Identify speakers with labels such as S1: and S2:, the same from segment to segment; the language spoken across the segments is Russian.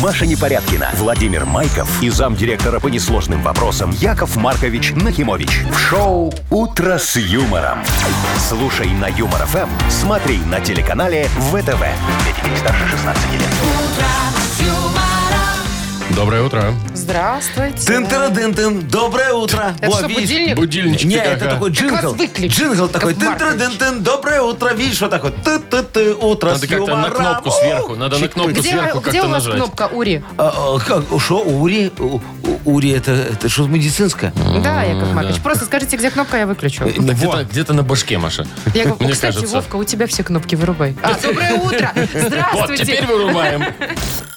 S1: Маша Непорядкина, Владимир Майков и замдиректора по несложным вопросам Яков Маркович Нахимович. В шоу «Утро с юмором». Слушай на Юмор ФМ, смотри на телеканале ВТВ. Для детей старше 16 лет.
S2: Доброе утро.
S3: Здравствуйте.
S4: тын тын тын Доброе утро.
S3: Это что,
S4: видишь?
S3: будильник?
S2: Будильнички
S4: Не,
S2: как,
S4: это
S2: а?
S4: такой джингл.
S3: вас выключить,
S4: Джингл такой.
S3: Яков
S4: тын
S3: Маркович.
S4: тын тын Доброе утро. Видишь, что такое? Ты ты ты утро
S2: Надо
S4: с
S2: как-то на
S4: юмором.
S2: кнопку сверху. Надо на кнопку
S3: Где,
S2: сверху
S3: где
S2: как-то
S3: у вас
S2: нажать.
S3: кнопка Ури?
S4: А, а, как- Что, Ури? У- у- Ури, это, это что, медицинское?
S3: Да, Яков Маркович, просто скажите, где кнопка, я выключу.
S2: Да Где-то, где-то на башке, Маша.
S3: Я говорю,
S2: Э, Мне
S3: кстати,
S2: кажется.
S3: Вовка, у тебя все кнопки вырубай. А, доброе утро!
S2: Вот, теперь
S3: Здравствуйте!
S2: вырубаем.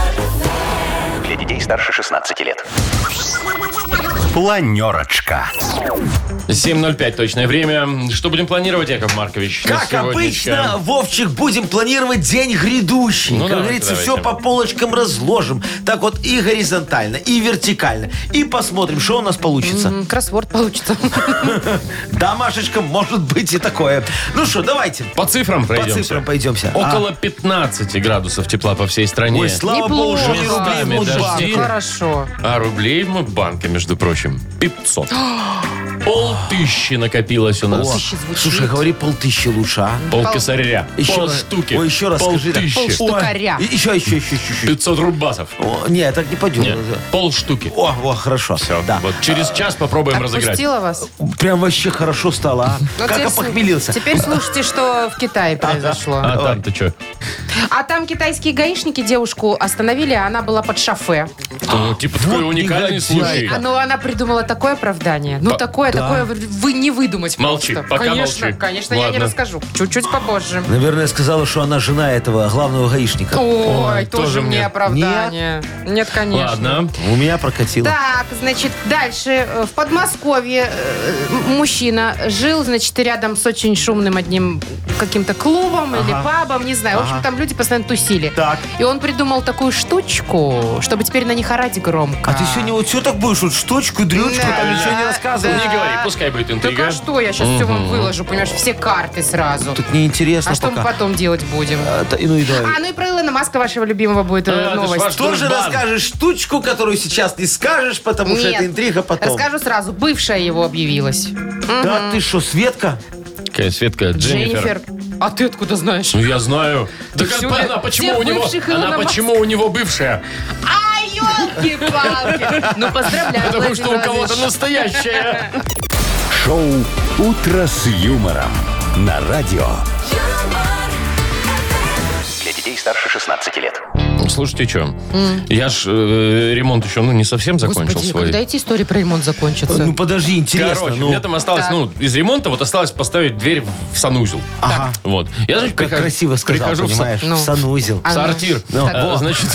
S1: Для детей старше 16 лет. Планерочка.
S2: 7.05 точное время. Что будем планировать, Яков Маркович? на
S4: Как
S2: сегодняшнее?
S4: обычно, Вовчик, будем планировать день грядущий.
S2: Ну,
S4: как
S2: давайте,
S4: говорится,
S2: давайте.
S4: все по полочкам разложим. Так вот и горизонтально, и вертикально. И посмотрим, что у нас получится.
S3: М, Кроссворд получится.
S4: Да, Машечка, может быть и такое. Ну что, давайте.
S2: По цифрам
S4: По
S2: пройдемся.
S4: цифрам пойдемся.
S2: Около 15 градусов тепла по всей
S4: А,
S2: стране.
S4: Ой, слава богу, что не
S3: Неплохо.
S4: рублей в
S2: Местами
S4: Мудбанк.
S2: дожди.
S3: Хорошо.
S2: А рублей в Мудбанке, между прочим, 500. Полтыщи накопилось у
S4: О,
S2: нас.
S4: Слушай, говори полтыщи лучше, а.
S2: Полкосаря.
S4: Еще
S2: Пол
S4: раз.
S2: штуки.
S4: Ой, еще раз скажи. так.
S2: Полтыщи.
S4: Ой,
S3: Полштукаря.
S4: и- Еще, еще, еще, еще. еще.
S2: 500 рубасов.
S4: О, Не, так не
S2: Нет,
S4: пойдет.
S2: пол штуки.
S4: О, о, хорошо.
S2: Все,
S4: Да.
S2: вот через час попробуем разыграть.
S3: Отпустила вас?
S4: Прям вообще хорошо стало, а.
S3: Ну,
S4: Как
S3: теперь слу-
S4: опохмелился.
S3: Теперь слушайте, что в Китае произошло.
S2: А там-то что?
S3: А там китайские гаишники девушку остановили, а она была под шофе.
S2: Типа такой уникальный
S4: негодяй.
S2: случай.
S3: А, Ну, она придумала такое оправдание. Ну, такое, такое вы- вы не выдумать
S2: Молчи,
S3: просто.
S2: пока
S3: Конечно,
S2: молчи.
S3: конечно, я не
S2: Ладно.
S3: расскажу. Чуть-чуть попозже.
S4: Наверное, сказала, что она жена этого главного гаишника.
S3: Ой,
S2: Ой,
S3: тоже,
S2: тоже мне.
S3: мне оправдание. Нет, конечно.
S2: Ладно.
S4: У меня прокатило.
S3: Так, значит, дальше. Э, В Подмосковье э, м- мужчина жил, значит, рядом с очень шумным одним каким-то клубом или пабом, не знаю. В общем, там люди постоянно тусили.
S4: Так.
S3: И он придумал такую штучку, чтобы теперь на них орать громко.
S4: А ты сегодня вот все так будешь, вот штучку, дрючку,
S3: Да,
S4: там ничего не рассказывал.
S2: Ну, Не говори, пускай будет
S3: Так
S2: интрига.
S3: а что, я сейчас все вам выложу, понимаешь, все карты сразу.
S4: Так неинтересно
S3: А что мы
S4: пока.
S3: потом делать будем?
S4: А, та- и ну и давай.
S3: А, ну и про Илона Маска, вашего любимого, будет э,
S2: А, ты ж
S3: новость.
S2: ваш
S4: Тоже
S2: дружбан.
S4: расскажешь штучку, которую сейчас не скажешь, потому что
S3: Нет.
S4: это интрига потом.
S3: Расскажу сразу. Бывшая его объявилась.
S4: Да ты что, Светка?
S2: Какая Светка? Дженнифер.
S3: Дженнифер. А ты откуда знаешь?
S2: Ну я знаю. Так
S3: всю-
S2: она, почему
S3: всех
S2: у него?
S3: бывших Илона
S2: Она
S3: Маска.
S2: почему у него бывшая?
S3: А, елки-палки! Ну, поздравляю,
S2: Потому
S3: Владимир
S2: что у кого-то
S3: Владимирович.
S2: настоящая.
S1: Шоу «Утро с юмором» на радио. Для детей старше 16 лет.
S2: Ну, Слушайте, что? Я ж э, ремонт еще ну не совсем закончил
S3: Господи,
S2: свой.
S3: когда эти истории про ремонт закончатся?
S4: Ну подожди, интересно.
S2: Короче,
S4: ну,
S2: у меня там осталось,
S3: Так.
S2: ну, из ремонта вот осталось поставить дверь в в санузел.
S4: Ага.
S2: Вот. Я, значит,
S4: как
S2: прихожу-
S4: красиво сказал,
S2: прихожу в сан-
S4: понимаешь, в,
S3: Ну.
S4: санузел.
S3: А,
S2: Сортир.
S4: Ну,
S2: Э, Значит,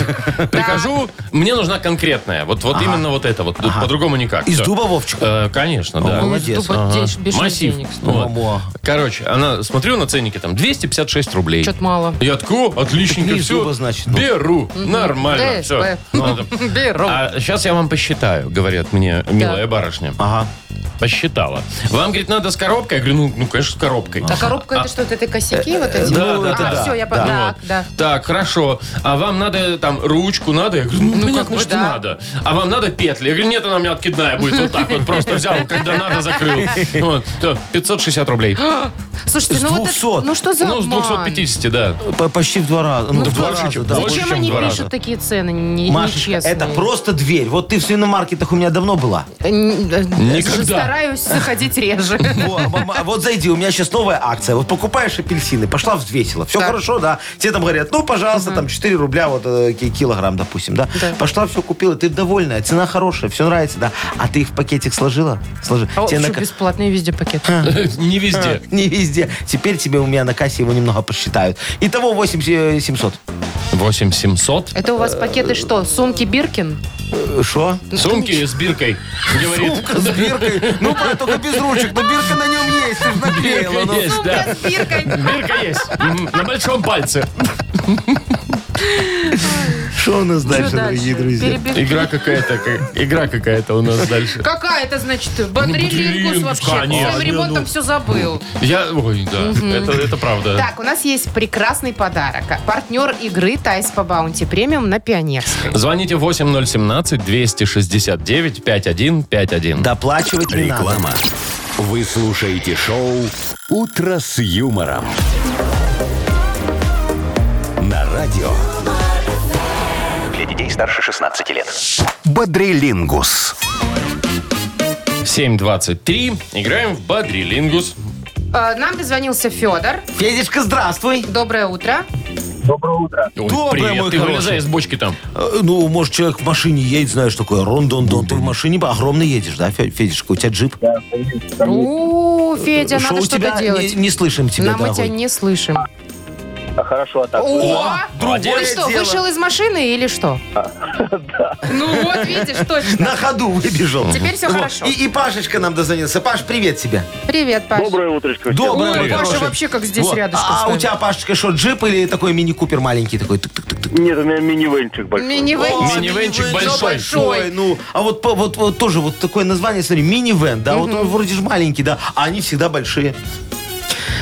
S2: прихожу, мне нужна конкретная. Вот, вот именно вот это вот. По-другому никак.
S4: Из
S2: Всё.
S4: дуба, Вовчик?
S2: Э, конечно, да.
S3: Ну,
S4: молодец.
S3: зуб отдельно, бешеный
S2: Массив.
S3: денег стоит.
S2: Вот.
S4: Во.
S2: Короче, она, смотрю на ценники, там 256 рублей.
S3: Чё-то мало.
S2: Я такой, «О, отличненько,
S4: Так не из
S2: все,
S4: зуба, значит, ну».
S2: беру, нормально,
S3: ДСП.
S2: все.
S3: Беру.
S2: А сейчас я вам посчитаю, говорят мне, милая
S3: Да.
S2: барышня.
S4: Ага.
S2: Посчитала. Вам, говорит, надо с коробкой? Я говорю, ну, ну конечно, с коробкой.
S3: А коробка это что, это косяки вот эти?
S4: да,
S3: вот?
S4: да,
S3: а,
S4: да,
S3: все, я
S4: да.
S3: поняла.
S2: Вот.
S3: Да.
S2: Так, хорошо. А вам надо там ручку надо? Я говорю, ну,
S3: Ну, как
S2: понятно,
S3: бы
S2: что
S3: да.
S2: надо. А вам надо петли? Я говорю, нет, она у меня откидная будет. Вот так вот просто взял, когда надо, закрыл. Вот. То, 560 рублей.
S3: Слушайте,
S4: С
S3: ну вот
S4: 200.
S3: это, ну что за
S2: Ну, с
S3: обман?
S2: 250, да.
S4: П- Почти в два раза. Ну,
S2: в
S4: в
S2: два
S4: два раза,
S2: чуть-чуть.
S4: да.
S2: Зачем
S4: больше,
S3: Зачем
S2: чем
S3: они
S2: в два
S3: пишут
S2: раза.
S3: такие цены не-
S4: Машечка,
S3: нечестные?
S4: это просто дверь. Вот ты в свиномаркетах у меня давно была.
S3: Никогда.
S2: Никогда.
S3: Стараюсь заходить реже.
S4: Во, Ну, а, мама, Вот зайди, у меня сейчас новая акция. Вот покупаешь апельсины, пошла взвесила. Все
S3: Так.
S4: хорошо, да. Тебе там говорят, ну, пожалуйста, там 4 рубля вот э, ки- килограмм, допустим, да. Пошла, все купила, ты довольная, цена хорошая, все нравится, да. А ты их в пакетик сложила? Сложи.
S3: А
S4: Тебе на
S3: вообще
S4: ка-
S3: бесплатные везде пакеты.
S2: Не везде.
S4: Не везде. Теперь тебе у меня на кассе его немного посчитают. Итого э, 8700.
S2: 8700.
S3: Это у вас пакеты что, сумки Биркин?
S4: Что?
S3: Ну,
S2: Сумки с биркой. Говорит.
S4: С биркой. Ну, правда, только без ручек. Но бирка на нем есть, ты ж наклеила.
S2: Бирка
S4: ну.
S2: есть, да.
S3: с Биркой.
S2: Бирка есть. М, На большом пальце.
S4: Что у нас дальше,
S3: Что
S4: дорогие
S3: дальше?
S4: друзья?
S3: Перебег-
S2: Игра какая-то, как- игра какая-то у нас дальше.
S3: Какая это, значит,
S4: Ну,
S2: бодрилингус,
S3: бодрилингус вообще?
S2: конечно,
S3: Своим ремонтом
S2: ну.
S3: все забыл.
S2: Я, ой, да, это, это правда.
S3: Так, у нас есть прекрасный подарок. Партнер игры Тайс по Баунти Премиум на Пионерской.
S2: Звоните 8017-269-5151.
S4: Доплачивать не надо.
S1: Реклама. Вы слушаете шоу «Утро с юмором». На радио.
S5: Для детей старше 16 лет.
S1: Бодрилингус.
S2: 7.23. Играем в Бадрилингус.
S3: Э, Нам дозвонился Федор.
S4: Федечка, здравствуй.
S3: Доброе утро.
S2: Ой,
S4: Доброе,
S2: привет,
S4: мой
S2: ты
S4: хороший.
S2: вылезай из бочки там.
S4: Э, Ну, может, человек в машине едет, знаешь, такое рондон-дон. Ты в машине огромный едешь, да, Фе- Федечка? У тебя джип?
S3: У, Федя,
S4: Э, Что
S3: надо
S4: у тебя?
S3: что-то
S4: Не,
S3: делать.
S4: не слышим тебя,
S3: Нам мы тебя
S4: дорогой.
S3: не слышим.
S6: Хорошо, а так.
S3: О,
S2: Молодец.
S3: ты что, вышел из машины или что?
S6: А,
S3: Ну вот, видишь, точно.
S4: На ходу выбежал.
S3: Теперь всё
S4: Во.
S3: хорошо.
S4: И, и Пашечка нам дозвонился. Паш, привет тебе.
S3: Привет, Паш.
S6: Доброе утречко. всем.
S4: Доброе,
S3: Ой,
S4: мой
S3: Паша
S4: хороший.
S3: вообще как здесь рядышком с
S4: А
S3: нами.
S4: у тебя, Пашечка, что, джип или такой мини-купер маленький такой? Тык-тык-тык-тык.
S6: Нет, у меня мини-венчик большой.
S3: Мини-вейн.
S4: О,
S2: Минивенчик
S4: минивэн,
S2: большой.
S4: да, большой. Ну, а вот, по- вот, вот тоже вот такое название, смотри, минивэн, да, вот он вроде же маленький, да, а они всегда большие.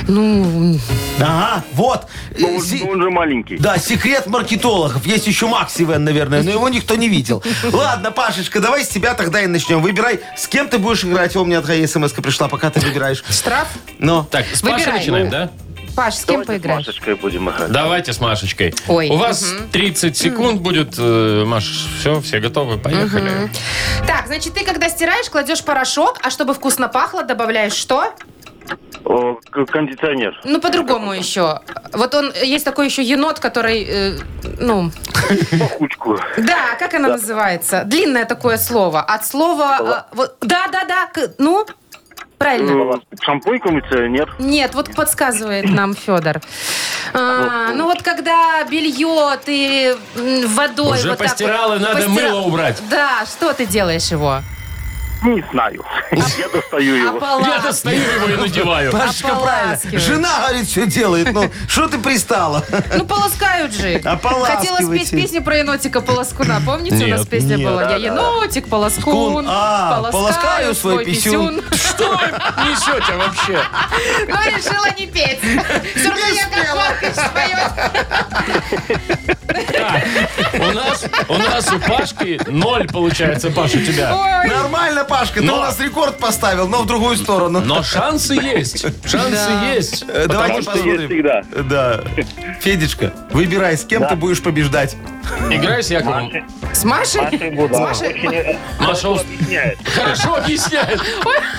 S3: Ну,
S4: Ага, вот. Э,
S6: Ну, он,
S4: зи-
S6: ну, он же маленький.
S4: Да, секрет маркетологов. Есть еще Максивен, наверное, но его никто не видел. Ладно, Пашечка, давай с тебя тогда и начнем. Выбирай, с кем ты будешь играть. О, у меня такая смс пришла, пока ты выбираешь. Ну,
S3: штраф.
S4: Но.
S2: Так, с
S3: Выбирай.
S2: Пашей начинаем, да?
S3: Паш, с кем
S6: Давайте
S3: поиграешь?
S6: С Машечкой будем играть.
S2: Давайте с Машечкой.
S3: Ой,
S2: У вас 30 секунд будет, э, Маш. Все, все готовы, поехали.
S3: Так, значит, ты когда стираешь, кладешь порошок, а чтобы вкусно пахло, добавляешь что?
S6: О, Э, к- кондиционер.
S3: Ну, по-другому еще. Вот он, э, есть такой еще енот, который, э, ну...
S6: Пахучку.
S3: Да, как она называется? Длинное такое слово. От слова... э, вот- да, да, да, к- ну, правильно.
S6: Э, Шампунь, кондиционер.
S3: Нет, вот подсказывает нам Федор. А, ну вот когда белье ты м, водой
S2: Уже
S3: вот так вот
S2: постирал, и надо мыло убрать.
S3: Да, что ты делаешь его?
S6: Не знаю. Я
S3: А
S6: достаю его.
S2: Я
S3: Ополаскиваешь.
S2: достаю его и надеваю.
S4: Пашечка, правильно.
S3: Ополаскивать.
S4: Жена, говорит, все делает. Ну, что ты пристала?
S3: Ну, полоскают же.
S4: А поласкивайте.
S3: Хотела спеть песню про енотика полоскуна. Помните, у нас
S2: Нет,
S3: песня
S4: нет.
S3: была? Я енотик, полоскун,
S4: Кун, а, полоскаю свой писюн.
S2: Что вы несете вообще?
S3: Но решила не петь. Все равно я как Маркович споет.
S2: Так, у нас, у нас у Пашки ноль получается, Паша, у тебя.
S3: Ой,
S4: Нормально, Пашка, ты
S2: Но.
S4: у нас рекорд поставил, но в другую сторону.
S2: Но шансы есть. Шансы есть.
S4: Э, Давайте
S6: Потому что есть
S4: посмотрим.
S6: всегда.
S4: Да. Федечка, выбирай, с кем ты будешь побеждать.
S2: Играй с Яковом.
S3: С Машей? С Машей?
S2: Маша усп- хорошо объясняет.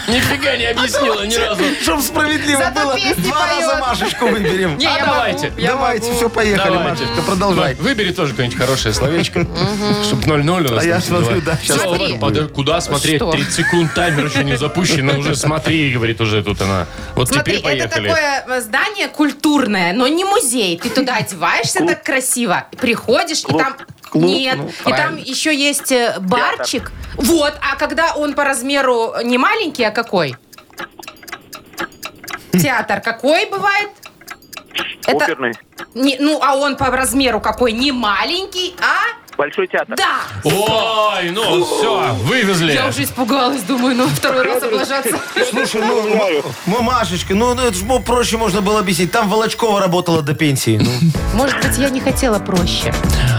S2: Нифига не объяснила ни разу.
S4: Чтоб справедливо
S3: Зато
S4: было,
S3: песни
S4: два
S3: поет.
S4: раза Машечку выберем.
S3: Не, я могу,
S2: А давайте.
S3: я
S4: Давайте,
S3: могу.
S4: все, поехали,
S2: Давайте. Ну,
S4: Машечка, продолжай.
S2: Ва- Выбери тоже какое-нибудь хорошее словечко, чтобы 0-0 у нас.
S4: А я
S2: там все дела.
S4: смотрю, да, сейчас.
S2: Всё,
S3: Смотри.
S2: вот, подо- Куда смотреть?
S3: Что?
S2: 30 секунд, таймер еще не запущен, и уже смотри, говорит уже тут она. Вот
S3: Смотри,
S2: теперь
S3: это
S2: поехали.
S3: такое э, здание культурное, но не музей. Ты туда одеваешься так красиво, приходишь, и там... Нет, и там еще есть э, барчик. Вот, а когда он по размеру не маленький, а какой? Театр какой бывает? Это,
S6: Оперный.
S3: не- ну, а он по размеру какой? Не маленький, а?
S6: Большой театр.
S3: Да!
S2: Ой, ну все, вывезли.
S3: Я уже испугалась, думаю, ну второй раз облажаться.
S4: Слушай, ну, м- Машечка, ну ну, это ж мо- проще можно было объяснить. Там Волочкова работала до пенсии. ну.
S3: Может быть, я не хотела проще.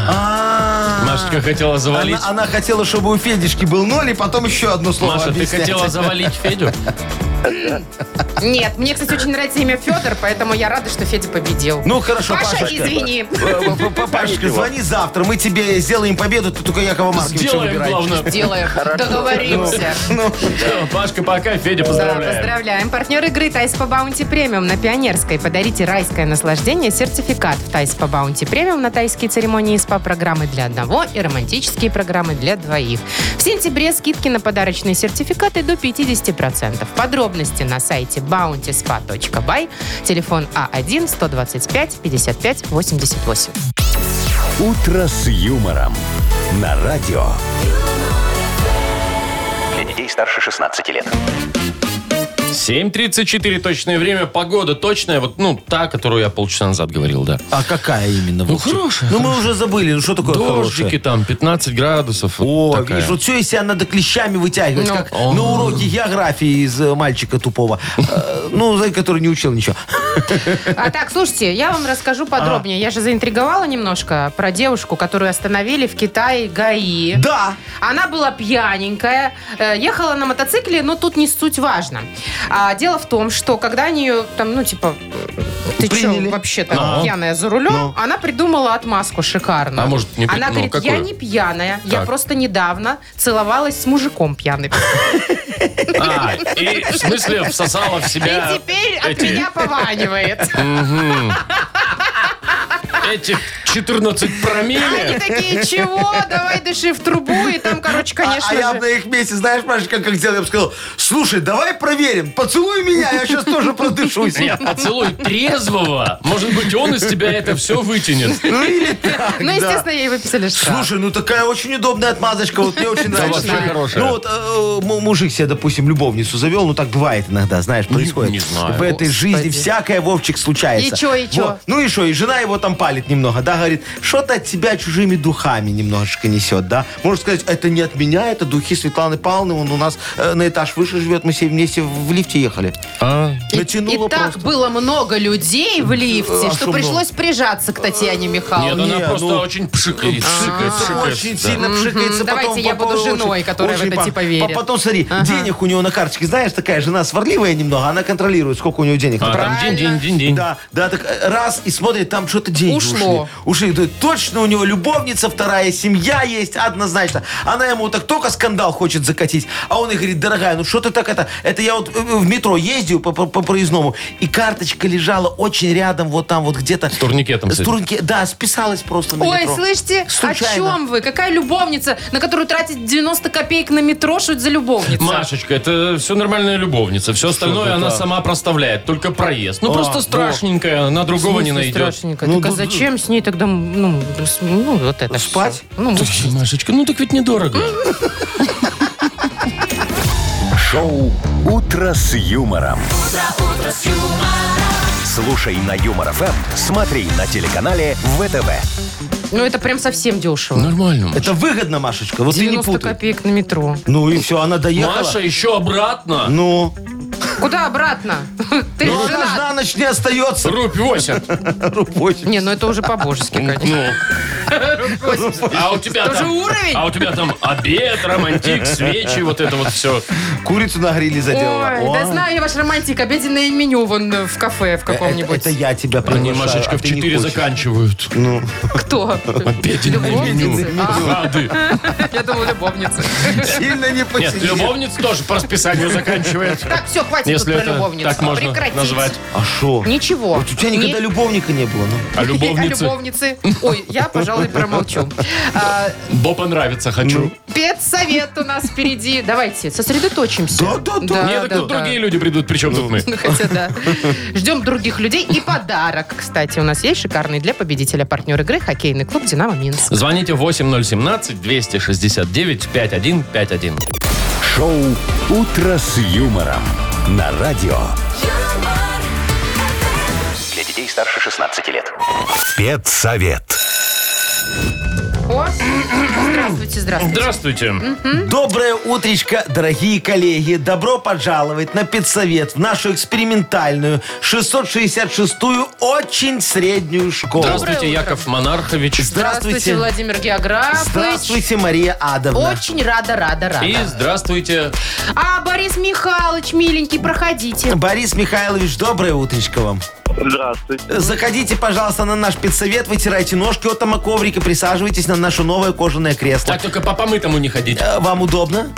S4: А,
S2: Машечка хотела завалить.
S4: Она, она хотела, чтобы у Федечки был ноль, и потом еще одно слово
S2: Маша, ты
S4: объяснять.
S2: хотела завалить Федю?
S3: Нет, мне, кстати, очень нравится имя Федор, поэтому я рада, что Федя победил.
S4: Ну хорошо,
S3: Паша,
S4: Пашечка.
S3: извини.
S4: Э, П- П- Пашечка, звони завтра, мы тебе сделаем победу, ты только Якова Марковича
S2: Сделаем,
S4: выбирай. Ну,
S2: главное.
S3: Делаем. Договоримся.
S2: Всё, Пашка, пока, Федя,
S3: Да,
S2: поздравляем.
S3: поздравляем. Партнер игры «Тайс по Баунти Премиум» на Пионерской. Подарите райское наслаждение, сертификат в «Тайс по Баунти Премиум» на тайские церемонии и СПА-программы для одного и романтические программы для двоих. В сентябре скидки на подарочные сертификаты до 50%. Подробности на сайте bountyspa.by, телефон А А1-125-55-88.
S1: «Утро с юмором». На радио.
S5: Для детей старше 16 лет.
S2: 7.34 точное время, погода точная, вот, ну, та, которую я полчаса назад говорил, да.
S4: А какая именно?
S2: Ну,
S4: Вовчик?
S2: хорошая,
S4: Ну, мы уже забыли. Ну, что такое
S2: Дождики
S4: хорошее?
S2: там, 15 градусов. вот
S4: О,
S2: такая. Ну.
S4: видишь, вот все из себя надо клещами вытягивать, как на уроке географии из э, мальчика тупого. Э, Ну, за- который не учил ничего.
S3: А так, слушайте, я вам расскажу подробнее. Я же заинтриговала немножко про девушку, которую остановили в Китае ГАИ.
S4: Да.
S3: Она была пьяненькая, э, ехала на мотоцикле, но тут не суть важно. А дело в том, что когда они ее там, ну, типа, ты
S4: Приняли.
S3: че вообще-то
S2: Ну.
S3: пьяная за рулем,
S4: Ну.
S3: она придумала отмазку шикарно.
S2: А может, не при-
S3: Она
S2: ну,
S3: говорит, я
S2: какую?
S3: не пьяная, я
S2: Так.
S3: просто недавно целовалась с мужиком пьяным.
S2: А, и в смысле всосала в
S3: И
S2: себя
S3: теперь от
S2: А. эти-
S3: меня пованивает.
S2: этих 14
S3: Они
S2: промилле.
S3: такие, чего? Давай дыши в трубу. И там, короче, конечно
S4: а, я
S3: же...
S4: бы на их месте, знаешь, Машечка, как сделал, я бы сказал, слушай, давай проверим, поцелуй меня, я сейчас тоже продышусь.
S2: Нет, поцелуй трезвого. Может быть, он из тебя это все вытянет.
S4: Ну, или так,
S3: Ну,
S4: да.
S3: естественно, ей выписали штраф.
S4: Слушай, ну такая очень удобная отмазочка, вот мне очень нравится.
S2: вообще хорошая.
S4: Ну вот э, му- мужик себе, допустим, любовницу завел, ну так бывает иногда, знаешь, происходит.
S2: не знаю.
S4: В этой
S3: Господи.
S4: жизни всякое, Вовчик, случается.
S3: И чё, и чё?
S4: Вот. Ну и что, и жена его там палит немного, да, говорит, что-то от тебя чужими духами немножечко несет, да. Можно сказать, это не от меня, это духи Светланы Павловны, он у нас э, на этаж выше живет, мы все вместе в лифте ехали.
S2: А?
S3: И,
S4: Натянуло
S3: и так
S4: просто.
S3: было много людей в лифте,
S4: А
S3: что
S4: что
S3: пришлось прижаться к Татьяне
S2: Нет,
S3: Михайловне.
S2: она
S4: нет,
S2: просто
S4: ну,
S2: очень пшикает. пшикает,
S4: Пшикается,
S2: пшикает,
S4: очень
S2: да.
S4: сильно пшикается.
S3: Мгм. Давайте
S4: потом
S3: я буду
S4: попозже.
S3: женой, которая в это
S4: пах-
S3: типа верит.
S4: А Потом, смотри, денег у него на карточке, знаешь, такая жена сварливая немного, она контролирует, сколько у него денег. на
S2: А там
S3: Правильно.
S2: день-день-день-день.
S4: Да, да, так э, раз и смотрит, там что-то деньги
S3: Ушло.
S4: ушли. Ушли. Да, точно у него любовница, вторая семья есть, однозначно. Она ему так только скандал хочет закатить. А он и говорит, дорогая, ну что ты так это... Это я вот э, в метро ездил по, по- по проездному, и карточка лежала очень рядом, вот там вот где-то. С
S2: турникетом,
S4: С
S2: кстати.
S4: турнике- да, списалась просто на
S3: Ой,
S4: метро.
S3: слышите,
S4: Случайно.
S3: о чем вы? Какая любовница, на которую тратить 90 копеек на метро, что это за любовница?
S2: Машечка, это все нормальная любовница. Все остальное она сама проставляет. Только проезд. Ну, просто страшненькая. Она
S3: В
S2: другого
S3: смысле
S2: не найдет.
S3: страшненько?
S4: Ну,
S3: так а зачем с ней тогда, ну, с- ну, вот это
S4: э, Спать?
S3: всё? Ну,
S2: Слушай, Машечка, ну так ведь недорого.
S1: Шоу «Утро с юмором». Слушай на Юмор ФМ, смотри на телеканале ВТВ.
S3: ну, это прям совсем дешево.
S2: Нормально.
S4: Это выгодно, Машечка, вот Ну, ты не
S3: 90
S4: путай.
S3: копеек на метро.
S4: Ну и все, она доехала.
S2: Маша, еще обратно.
S4: Ну,
S3: Куда обратно? Ты
S4: ну
S3: жена.
S4: она ж на ночь не остается.
S2: Рубь 8.
S4: Рубой.
S3: Не, ну это уже по-божески, конечно.
S2: Ну. А у тебя
S3: Тоже
S2: там...
S3: уровень.
S2: А у тебя там обед, романтик, свечи, вот это вот все.
S4: Курицу на гриле задела.
S3: Ой,
S4: О.
S3: да знаю я ваш романтик. Обеденное меню вон э, в кафе в
S4: Э, Это,
S3: каком-нибудь.
S4: это я тебя
S2: Они,
S4: приглашаю.
S2: Ну, Машечка,
S4: а
S2: в
S4: ты не
S2: 4
S4: хочешь.
S2: заканчивают.
S3: Кто?
S2: Обеденное
S3: Любовницы?
S2: меню.
S3: А,
S2: Гады.
S3: Я думала, любовница.
S4: Сильно не
S2: Нет,
S4: посидел.
S2: любовница тоже по расписанию заканчивает.
S3: Так, все, хватит
S2: Если
S3: тут про
S2: это
S3: любовницу.
S2: так можно
S3: Прекратить.
S2: назвать.
S4: А что?
S3: Ничего.
S4: Вот у тебя никогда
S3: Ни-
S4: любовника не было. ну.
S2: А
S3: А
S2: любовница
S3: любовницы? Ой, я, пожалуй, промолчу. А,
S2: Бо понравится, хочу.
S3: Спецсовет у нас впереди. Давайте, сосредоточимся.
S4: Да-да-да.
S2: Нет, так тут
S3: да.
S2: другие люди придут, причем тут мы.
S3: Ну, хотя да. Ждем других людей. И подарок, кстати, у нас есть шикарный для победителя партнер игры хоккейный клуб «Динамо Минск».
S2: Звоните 8017-269-5151.
S1: Шоу «Утро с юмором» на радио.
S7: юмор,
S5: Для детей старше 16 лет.
S1: Спецсовет.
S3: О, здравствуйте, здравствуйте.
S2: Здравствуйте.
S4: Доброе утречко, дорогие коллеги. Добро пожаловать на педсовет в нашу экспериментальную 666-ю очень среднюю школу.
S2: Здравствуйте, Яков Монархович.
S4: Здравствуйте.
S3: Владимир Географович.
S4: Здравствуйте, Мария Адовна.
S3: Очень рада, рада, рада.
S2: И здравствуйте.
S3: А, Борис Михайлович, миленький, проходите.
S4: Борис Михайлович, доброе утречко вам.
S6: Здравствуйте.
S4: Заходите, пожалуйста, на наш спецсовет, вытирайте ножки от коврика, присаживайтесь на наше новое кожаное кресло.
S2: Так только по помытому не ходить.
S4: Э, Вам удобно?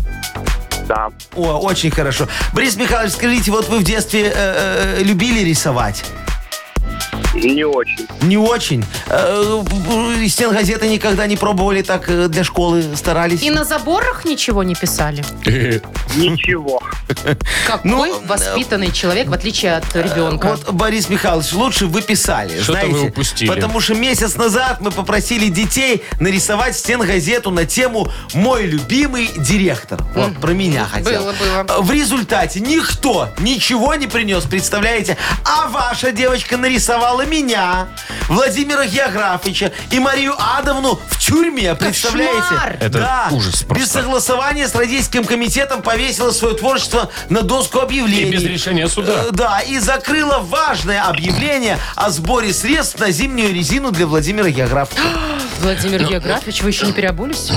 S6: Да.
S4: О, очень хорошо. Борис Михайлович, скажите, вот вы в детстве э, э, любили рисовать?
S6: Не очень.
S4: Не очень. Э, э, Стенгазеты никогда не пробовали так э, для школы, старались.
S3: И на заборах ничего не писали?
S4: Э,
S6: Ничего.
S3: Какой
S4: Ну, э,
S3: воспитанный человек, в отличие от ребенка?
S4: Вот, Борис Михайлович, лучше вы писали.
S2: Что-то
S4: знаете,
S2: вы упустили.
S4: Потому что месяц назад мы попросили детей нарисовать стенгазету на тему «Мой любимый директор». Вот, про меня хотел.
S3: Было, было.
S4: Э, В результате никто ничего не принес, представляете? А ваша девочка нарисовала меня, Владимира Географича и Марию Адовну в тюрьме, представляете?
S2: Это
S4: да.
S2: ужас просто.
S4: Без согласования с родительским комитетом повесила свое творчество на доску объявлений.
S2: И без решения суда.
S4: Э, Да, и закрыла важное объявление о сборе средств на зимнюю резину для Владимира Географа.
S2: А!
S3: Владимир
S4: ну,
S3: Географович, вы еще не переобулись?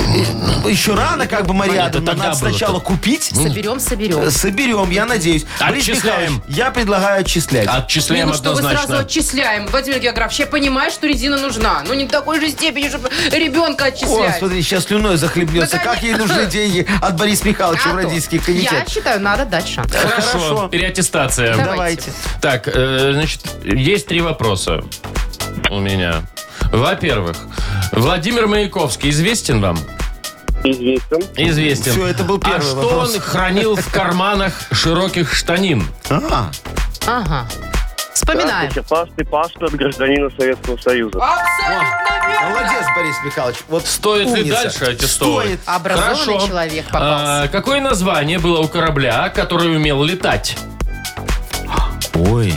S4: э, Еще рано, как бы, Мария
S2: Понятно,
S4: Адамовна,
S2: тогда
S4: надо
S2: было
S4: сначала купить,
S3: Соберем, соберем.
S4: э, соберем, я надеюсь. Борис
S2: Отчисляем.
S4: Михайлович, я предлагаю отчислять.
S3: Не,
S2: Отчисляем
S3: ну что вы сразу
S2: однозначно.
S3: отчисляем? Владимир Географович, я понимаю, что резина нужна. Но не до такой же степени, чтобы ребенка
S4: О,
S3: отчислять.
S4: смотри, сейчас слюной захлебнется.
S3: Да,
S4: как ей
S3: конечно.
S4: нужны деньги от Бориса Михайловича
S3: А
S4: в
S3: то.
S4: родительский
S3: Я
S4: комитет?
S3: считаю, надо дать шанс.
S2: Хорошо.
S4: Хорошо.
S2: Переаттестация.
S4: Давайте.
S2: Так, э, значит, есть три вопроса у меня. Во-первых, Владимир Маяковский известен вам?
S6: Известен.
S2: Известен.
S4: Всё, это был первый
S2: А что
S4: вопрос.
S2: он хранил в карманах широких штанин?
S4: А,
S3: Ага. Вспоминаем.
S6: Здравствуйте, паспорт гражданина Советского Союза.
S3: Абсолютно верно.
S4: А, молодец, Борис Михайлович. Вот
S2: Стоит ли
S4: умница.
S2: дальше а аттестовывать?
S4: Стоит.
S3: Образованный
S2: Хорошо.
S3: человек попался.
S2: А, какое название было у корабля, который умел летать?
S4: Ой.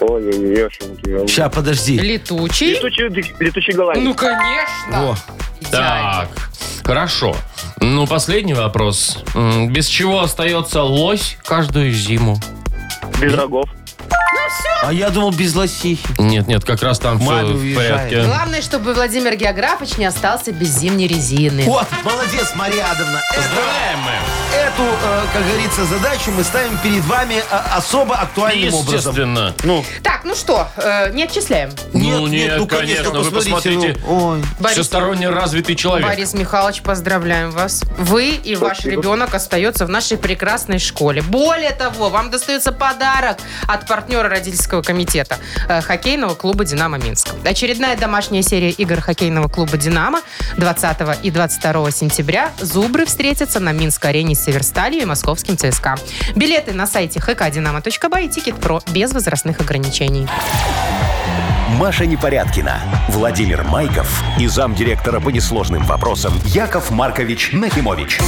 S6: Ой, ешеньки.
S4: Сейчас, подожди.
S3: Летучий?
S6: Летучий, летучий голландец.
S3: Ну, конечно.
S4: О,
S3: Идеально.
S2: Так, хорошо. Ну, последний вопрос. М, Без чего остается лось каждую зиму?
S6: Без рогов.
S4: а я думал, без лосихи.
S2: Нет, нет, как раз там
S4: Мать
S2: все в
S4: уезжает.
S2: порядке.
S3: Главное, чтобы Владимир Географович не остался без зимней резины.
S4: Вот, молодец, Мария Адамовна. Это-
S2: Поздравляем мы.
S4: Эту, э, как говорится, задачу мы ставим перед вами э, особо актуальным образом.
S2: Естественно.
S4: Ну,
S3: Так, ну что, э, не отчисляем.
S2: Ну, нет, конечно, вы посмотрите.
S4: ну, ой.
S3: Борис-
S2: Всесторонне развитый человек.
S3: Борис Михайлович, поздравляем вас. Вы и ваш ребенок остается в нашей прекрасной школе. Более того, вам достается подарок от партнера родительского комитета э, хоккейного клуба «Динамо Минск». Очередная домашняя серия игр хоккейного клуба «Динамо» 20 и 22 сентября «Зубры» встретятся на Минск-арене с Северсталью и московским ЦСКА. Билеты на сайте hkdinamo.by и Тикет Про без возрастных ограничений.
S1: Маша Непорядкина, Владимир Майков и замдиректора по несложным вопросам Яков Маркович Нахимович.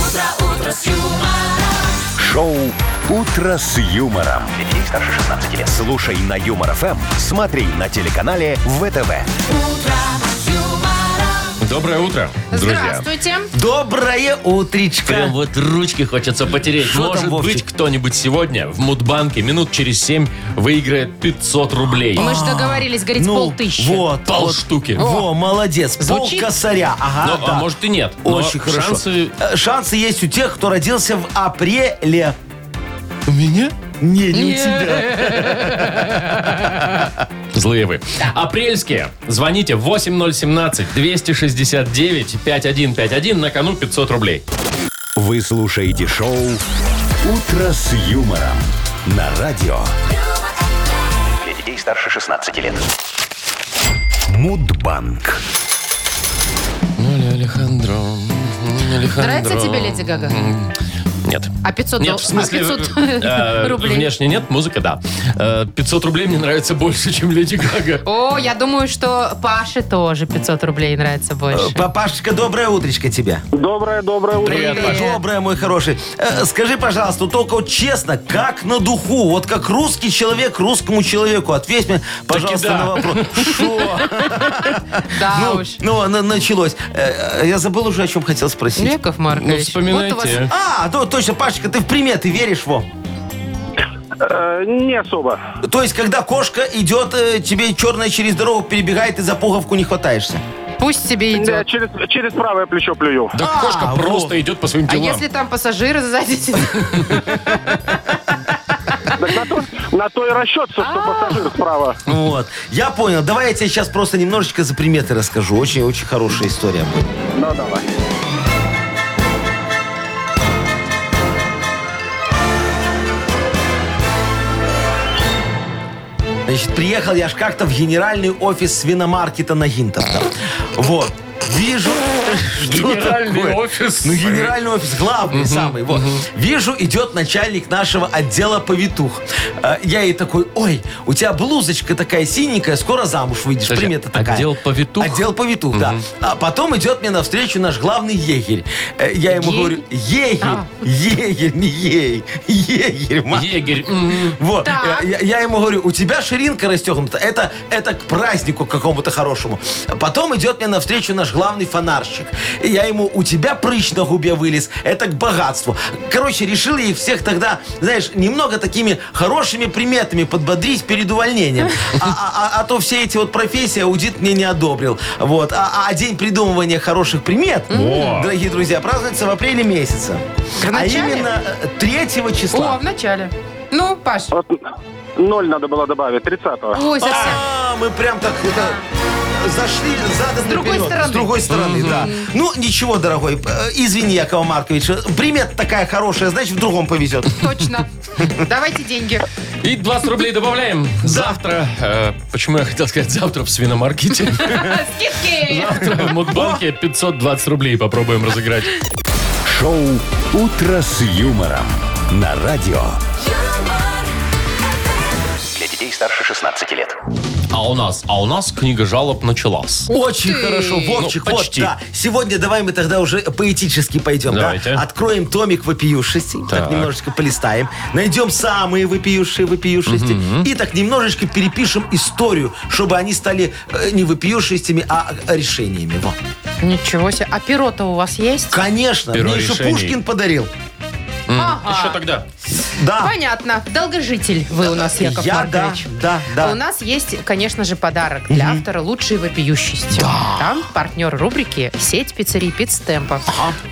S1: Шоу Утро с юмором. Детей старше 16 лет. Слушай на юмор ФМ, смотри на телеканале ВТВ.
S2: Доброе утро, друзья.
S3: Здравствуйте.
S4: Доброе утречко.
S2: Прям вот ручки хочется потереть.
S4: Что там,
S2: Может быть,
S4: Вовчик?
S2: кто-нибудь сегодня в Мудбанке минут через 7 выиграет 500 рублей.
S4: А,
S3: Мы же договорились, говорить,
S4: ну,
S3: полтыщи.
S4: вот.
S2: Пол
S4: вот.
S2: штуки.
S4: Во, молодец.
S3: Звучит?
S4: Пол косаря. Ага,
S2: Ну, а
S4: да.
S2: может и нет. Но
S4: Очень хорошо.
S2: шансы-
S4: Э, Шансы есть у тех, кто родился в апреле.
S2: У меня?
S4: Не, не у тебя.
S2: Злые вы. Апрельские. Звоните 8017-269-5151. На кону 500 рублей.
S1: Вы слушаете шоу Утро с юмором на радио
S5: Для детей старше 16 лет.
S1: Мудбанк.
S2: Алехандро.
S3: Нравится тебе Леди Гага?
S2: Нет.
S3: А 500,
S2: Нет,
S3: дол-
S2: в смысле,
S3: а 500
S2: э, э,
S3: рублей?
S2: внешне нет, музыка, да. Э, 500 рублей мне нравится больше, чем Леди Гага.
S3: О, я думаю, что Паше тоже 500 рублей нравится больше.
S4: Э,
S2: Э,
S4: Папашечка, доброе утречко тебе.
S6: Доброе, доброе утро.
S2: Привет,
S3: Привет.
S2: Паш.
S4: Доброе, мой хороший. Э, Скажи, пожалуйста, вот только вот честно, как на духу, вот как русский человек русскому человеку. Ответь мне, пожалуйста,
S2: да.
S4: на вопрос. Шо?
S3: Да
S4: Ну,
S3: уж.
S4: ну, на- началось. Э, э, Я забыл уже, о чем хотел спросить.
S3: Яков
S2: Ну,
S3: Маркович, вот у вас
S2: вспоминайте.
S4: А, то- точно, Пашечка, ты в приметы веришь, во?
S6: Э, не особо.
S4: То есть, когда кошка идет, э, тебе черная через дорогу перебегает, и за пуговку не хватаешься.
S3: пусть тебе
S6: Да,
S3: идет.
S6: через, через правое плечо плюю.
S2: Да
S4: А,
S2: кошка
S4: вот.
S2: просто идет по своим
S3: А
S2: делам.
S3: если там пассажиры сзади сидят?
S6: Так на, то, на то и расчет, что
S3: А.
S6: пассажир справа.
S4: Вот. Я понял. Давай я тебе сейчас просто немножечко за приметы расскажу. Очень-очень хорошая история.
S6: Ну, давай.
S4: Значит, приехал я ж как-то в генеральный офис свиномаркета на Гинтон. Вот. Вижу, что
S2: Генеральный
S4: такое?
S2: офис.
S4: Ну, генеральный офис, главный самый. Вот. Вижу, идет начальник нашего отдела повитух. А, Я ей такой, ой, у тебя блузочка такая синенькая, скоро замуж выйдешь.
S2: Подожди,
S4: Примета такая.
S2: отдел повитух?
S4: Отдел повитух, да. А потом идет мне навстречу наш главный егерь. Э, Я ему
S3: Егерь?
S4: говорю, егерь,
S3: А.
S4: егерь, не ей, егерь, мать
S2: Егерь. М-м. м,
S4: вот,
S3: Так.
S4: э, я, я ему говорю, у тебя ширинка расстегнута, это, это к празднику какому-то хорошему. Потом идет мне навстречу наш главный фонарщик. И я ему, у тебя прыщ на губе вылез, это к богатству. Короче, решил я их всех тогда, знаешь, немного такими хорошими приметами подбодрить перед увольнением. А, а- а- а то все эти вот профессии аудит мне не одобрил. Вот. А, а день придумывания хороших примет, дорогие друзья, празднуется в апреле месяце.
S3: В
S4: А
S3: начале?
S4: именно 3 числа.
S3: О, в начале. Ну, Паш,
S6: Вот ноль надо было добавить, 30-го.
S3: ой, совсем.
S4: А, мы прям так это, зашли задом
S3: другой
S4: наперед.
S3: стороны.
S4: С другой стороны, да. Ну, ничего, дорогой. э, Извини, Якова Маркович. Примет такая хорошая, значит, в другом повезет.
S3: Точно. Давайте деньги.
S2: И 20 рублей добавляем. Завтра. э, Почему я хотел сказать завтра в свиномаркете?
S3: Скидки!
S2: Завтра в Мудбанке 520 рублей попробуем разыграть.
S1: Шоу «Утро с юмором» на радио.
S7: юмор,
S5: Для детей старше 16 лет.
S2: А у нас, а у нас книга жалоб началась.
S4: Очень хорошо, Вовчик,
S2: Ну,
S4: вот,
S2: почти.
S4: да. Сегодня давай мы тогда уже поэтически пойдем,
S2: Давайте.
S4: да? Откроем томик вопиюшести, так.
S2: Так.
S4: немножечко полистаем, найдем самые вопиюшие вопиюшести и так немножечко перепишем историю, чтобы они стали э, не вопиюшестями, а э, решениями. Во.
S3: Ничего себе. А перо-то у вас есть?
S4: Конечно,
S2: Перо
S4: мне еще
S2: решений.
S4: Пушкин подарил.
S3: Ага.
S2: Еще тогда.
S4: Да.
S3: Понятно. Долгожитель вы у нас, Яков
S4: Я, да,
S3: Маркович.
S4: да, да.
S3: А У нас есть, конечно же, подарок для автора лучшей вопиющести. Там партнер рубрики «Сеть пиццерий Пиццтемпа».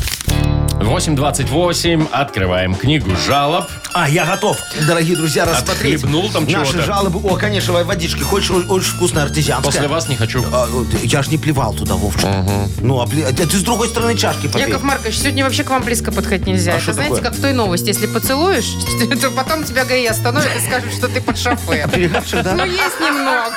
S2: 8.28, открываем книгу жалоб.
S4: А, я готов, дорогие друзья, рассмотреть.
S2: Отхлебнул там
S4: Наши
S2: чего-то?
S4: жалобы. О, конечно, во- водички. Хочешь о- очень вкусная артезианская?
S2: После вас не хочу.
S4: А, вот, я ж не плевал туда, Вовчик. Ну, а пле- а ты с другой стороны чашки попей.
S3: Яков Маркович, сегодня вообще к вам близко подходить нельзя.
S4: А
S3: это
S4: что
S3: знаете,
S4: такое?
S3: как в той новости. Если поцелуешь, то потом тебя ГАИ остановят и скажут, что ты под шофе.
S4: Перегавши, да?
S3: Ну, есть немного.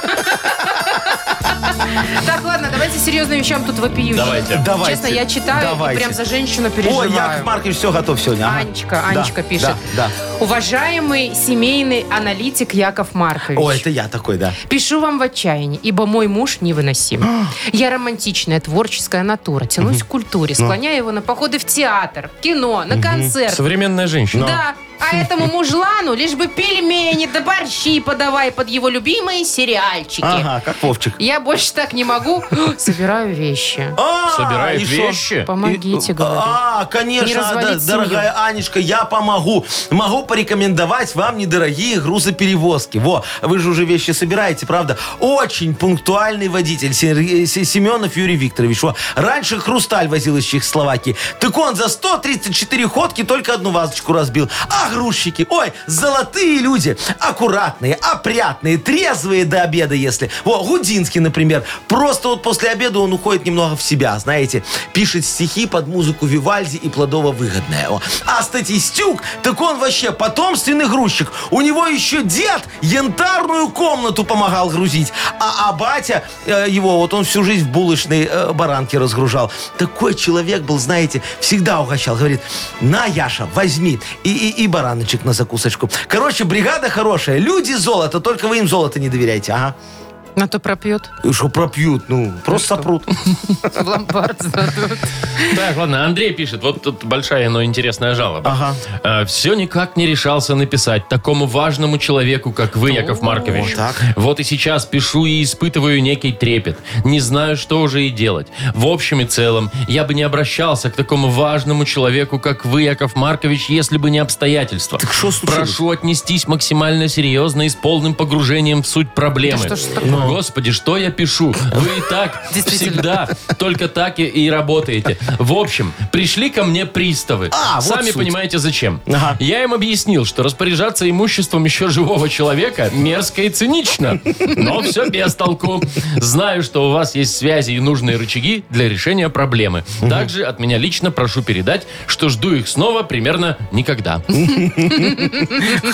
S3: Так, ладно, давайте серьезным вещам тут вопиющим.
S2: Давайте.
S4: Давайте.
S3: Честно, я читаю и
S4: Давайте.
S3: прям за женщину
S4: О,
S3: переживаю.
S4: Яков Маркович, все готов сегодня. ага.
S3: Анечка,
S4: Да,
S3: Анечка пишет.
S4: Да,
S3: Уважаемый семейный аналитик Яков
S4: да.
S3: Маркович.
S4: О, это я такой, да.
S3: Пишу вам в отчаянии, ибо мой муж невыносим.
S4: А!
S3: Я романтичная, творческая натура. Тянусь к культуре,
S4: Ну.
S3: склоняю его на походы в театр, кино, на концерт.
S2: Современная
S4: ну.
S2: женщина.
S3: Да, а этому мужлану лишь бы пельмени да борщи подавай под его любимые сериальчики.
S4: Ага, как Вовчик.
S3: Я больше так не могу. Собираю вещи.
S4: А,
S2: Собирает
S4: и что?
S2: вещи.
S3: Помогите,
S4: И-
S3: говорю.
S4: А,
S3: Не
S4: конечно,
S3: развалить
S4: да,
S3: семью.
S4: дорогая Анечка, я помогу. Могу порекомендовать вам недорогие грузоперевозки. Во, вы же уже вещи собираете, правда? Очень пунктуальный водитель Сер- э, Се- Семенов Юрий Викторович. Во, раньше хрусталь возил из Чехословакии. Так он за 134 ходки только одну вазочку разбил. А А грузчики, ой, золотые люди, аккуратные, опрятные, трезвые до обеда, если. Во, Гудинский, например, просто вот после обеда он уходит немного в себя, А, знаете, пишет стихи под музыку Вивальди и Плодово-выгодная. О. А статистюк, так он вообще потомственный грузчик. У него еще дед янтарную комнату помогал грузить. А, а батя э, его, вот он всю жизнь в булочной э, баранке разгружал. Такой человек был, знаете, всегда угощал. Говорит, на, Яша, возьми. И, и, и бараночек на закусочку. Короче, бригада хорошая. Люди золото, только вы им золото не доверяйте. Ага.
S3: На А то пропьет.
S4: И что пропьют? Ну, просто сопрут.
S3: В ломбард сдадут.
S2: Так, ладно, Андрей пишет. Вот тут большая, но интересная жалоба. Все никак не решался написать такому важному человеку, как вы, Яков Маркович.
S4: так.
S2: Вот и сейчас пишу и испытываю некий трепет. Не знаю, что уже и делать. В общем и целом, я бы не обращался к такому важному человеку, как вы, Яков Маркович, если бы не обстоятельства.
S4: Так что случилось?
S2: Прошу отнестись максимально серьезно и с полным погружением в суть проблемы.
S3: Да что ж такое?
S2: Ну, Господи, что я пишу? Вы и так
S3: Действительно.
S2: всегда только так и, и работаете. В общем, пришли ко мне приставы.
S4: А, вот
S2: Сами
S4: суть.
S2: понимаете, зачем.
S4: Ага.
S2: Я им объяснил, что распоряжаться имуществом еще живого человека мерзко и цинично. Но все без толку. Знаю, что у вас есть связи и нужные рычаги для решения проблемы. Также от меня лично прошу передать, что жду их снова примерно никогда.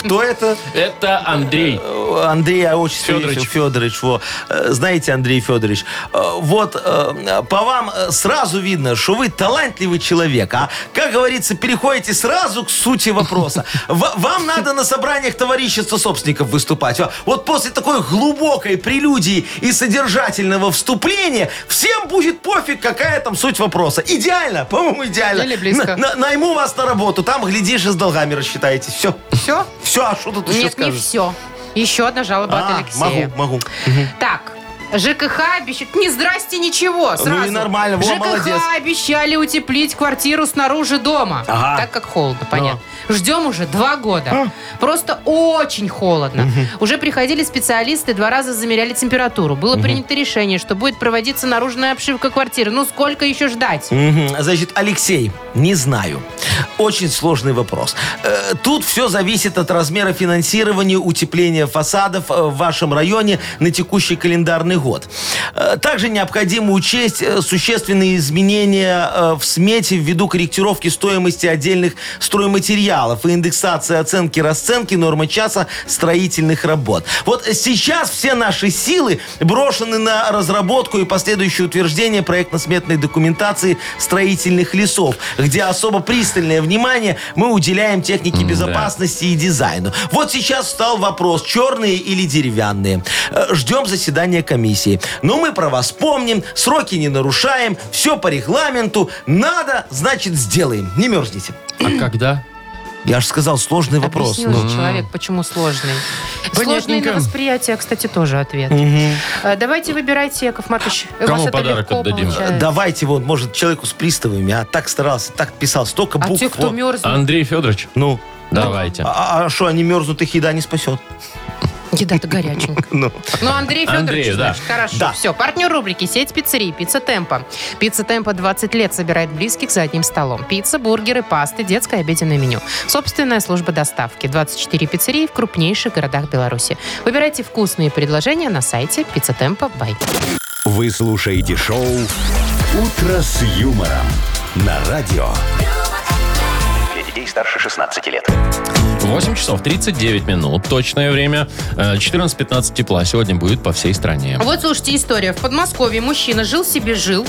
S4: Кто это?
S2: Это Андрей.
S4: Э, Андрей, а отчество
S2: Федорович.
S4: Федорович. Федорович, во. Э, Знаете, Андрей Федорович, э, вот э, по вам э, сразу видно, что вы талантливый человек, а, как говорится, переходите сразу к сути вопроса. Ва- Вам надо на собраниях товарищества собственников выступать. Во. Вот после такой глубокой прелюдии и содержательного вступления всем будет пофиг, какая там суть вопроса. Идеально, по-моему, идеально.
S3: Или близко.
S4: На- на- найму вас на работу, там, глядишь, и с долгами рассчитаетесь. Все.
S3: Все?
S4: Все, а что тут еще
S3: Нет, не
S4: скажешь?
S3: все. Еще одна жалоба
S4: А,
S3: от Алексея.
S4: Могу, могу.
S3: Так, ЖКХ обещает... Не здрасте, ничего, сразу.
S4: Ну и нормально, во,
S3: ЖКХ
S4: молодец.
S3: обещали утеплить квартиру снаружи дома.
S4: Ага. А.
S3: Так как холодно, понятно. Ждем уже два года. Просто очень холодно. Уже приходили специалисты, два раза замеряли температуру. Было принято решение, что будет проводиться наружная обшивка квартиры. Ну, сколько еще ждать?
S4: Мгм. Значит, Алексей, не знаю. Очень сложный вопрос. Э, Тут все зависит от размера финансирования утепления фасадов э, в вашем районе на текущий календарный год. Э, Также необходимо учесть э, существенные изменения э, в смете ввиду корректировки стоимости отдельных стройматериалов и индексации оценки расценки нормы часа строительных работ. Вот сейчас все наши силы брошены на разработку и последующее утверждение проектно-сметной документации строительных лесов, где особо пристальное внимание мы уделяем технике безопасности и дизайну. Вот сейчас встал вопрос, черные или деревянные. Э, Ждем заседания комиссии. Но мы про вас помним, сроки не нарушаем, все по регламенту. Надо, значит, сделаем. Не мерзните.
S2: А когда?
S4: Я же сказал, сложный вопрос.
S3: Объяснил же человек, почему сложный. Сложный
S2: ну. Понятненько.
S3: на восприятие, кстати, тоже ответ. Э, Давайте выбирайте, Яков Маркович. У
S2: Кому
S3: вас это
S2: подарок
S3: легко
S2: отдадим?
S4: Э,
S3: получается.
S4: Давайте вот, может, человеку с приставами, а так старался, так писал, столько
S3: А
S4: букв.
S3: те, кто
S4: вот.
S3: мерзнут,
S2: Андрей Федорович,
S4: Ну,
S2: давайте.
S4: а что, они мерзнут, их еда не спасет.
S3: еда-то горяченькая.
S4: Ну.
S3: Ну, Андрей
S2: Андрей,
S3: Федорович,
S2: да.
S3: значит, хорошо.
S4: Да.
S3: Все, партнер рубрики «Сеть пиццерий» «Пицца Темпа». «Пицца Темпа» 20 лет собирает близких за одним столом. Пицца, бургеры, пасты, детское обеденное меню. Собственная служба доставки. 24 пиццерии в крупнейших городах Беларуси. Выбирайте вкусные предложения на сайте «Пицца Темпа Бай».
S1: Вы слушаете шоу «Утро с юмором» на радио.
S5: Для детей старше 16 лет.
S2: 8 часов 39 минут. Точное время. Э, 14-15 тепла сегодня будет по всей стране.
S3: Вот слушайте история. В Подмосковье мужчина жил себе жил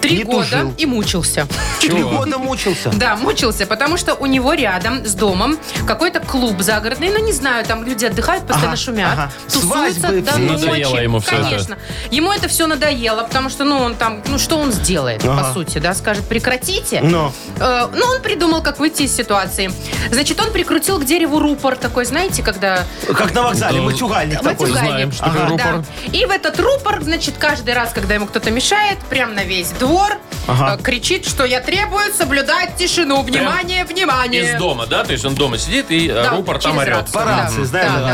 S3: три
S4: Не
S3: года
S4: тужил.
S3: и мучился.
S4: Три
S2: Чего?
S4: года мучился.
S3: Да, мучился, потому что у него рядом с домом какой-то клуб загородный, ну не знаю, там люди отдыхают, постоянно
S4: Ага,
S3: шумят,
S4: ага.
S3: тусуются
S4: Свадьбы
S3: до
S4: все эти.
S3: ночи.
S2: Надоело ему всё это.
S3: Конечно. Ему это все надоело, потому что, ну он там, ну что он сделает по
S4: Ага.
S3: сути, да, скажет прекратите.
S4: Но.
S3: Э, Ну, он придумал, как выйти из ситуации. Значит, он прикрутил к дереву рупор такой, знаете, когда
S4: Как на вокзале,
S2: Да.
S4: матюгальник такой.
S3: Матюгальник.
S2: знаем, что такое рупор.
S3: да. И в этот рупор, значит, каждый раз, когда ему кто-то мешает, прям на весь двор
S4: Ага.
S3: э, кричит, что я требую соблюдать тишину. Внимание, внимание.
S2: Из дома, да? То есть он дома сидит и э,
S3: Да,
S2: рупор там
S3: через
S2: орет.
S3: рацию.
S4: По
S3: Да,
S4: рации,
S3: да,
S4: знаешь,
S3: да.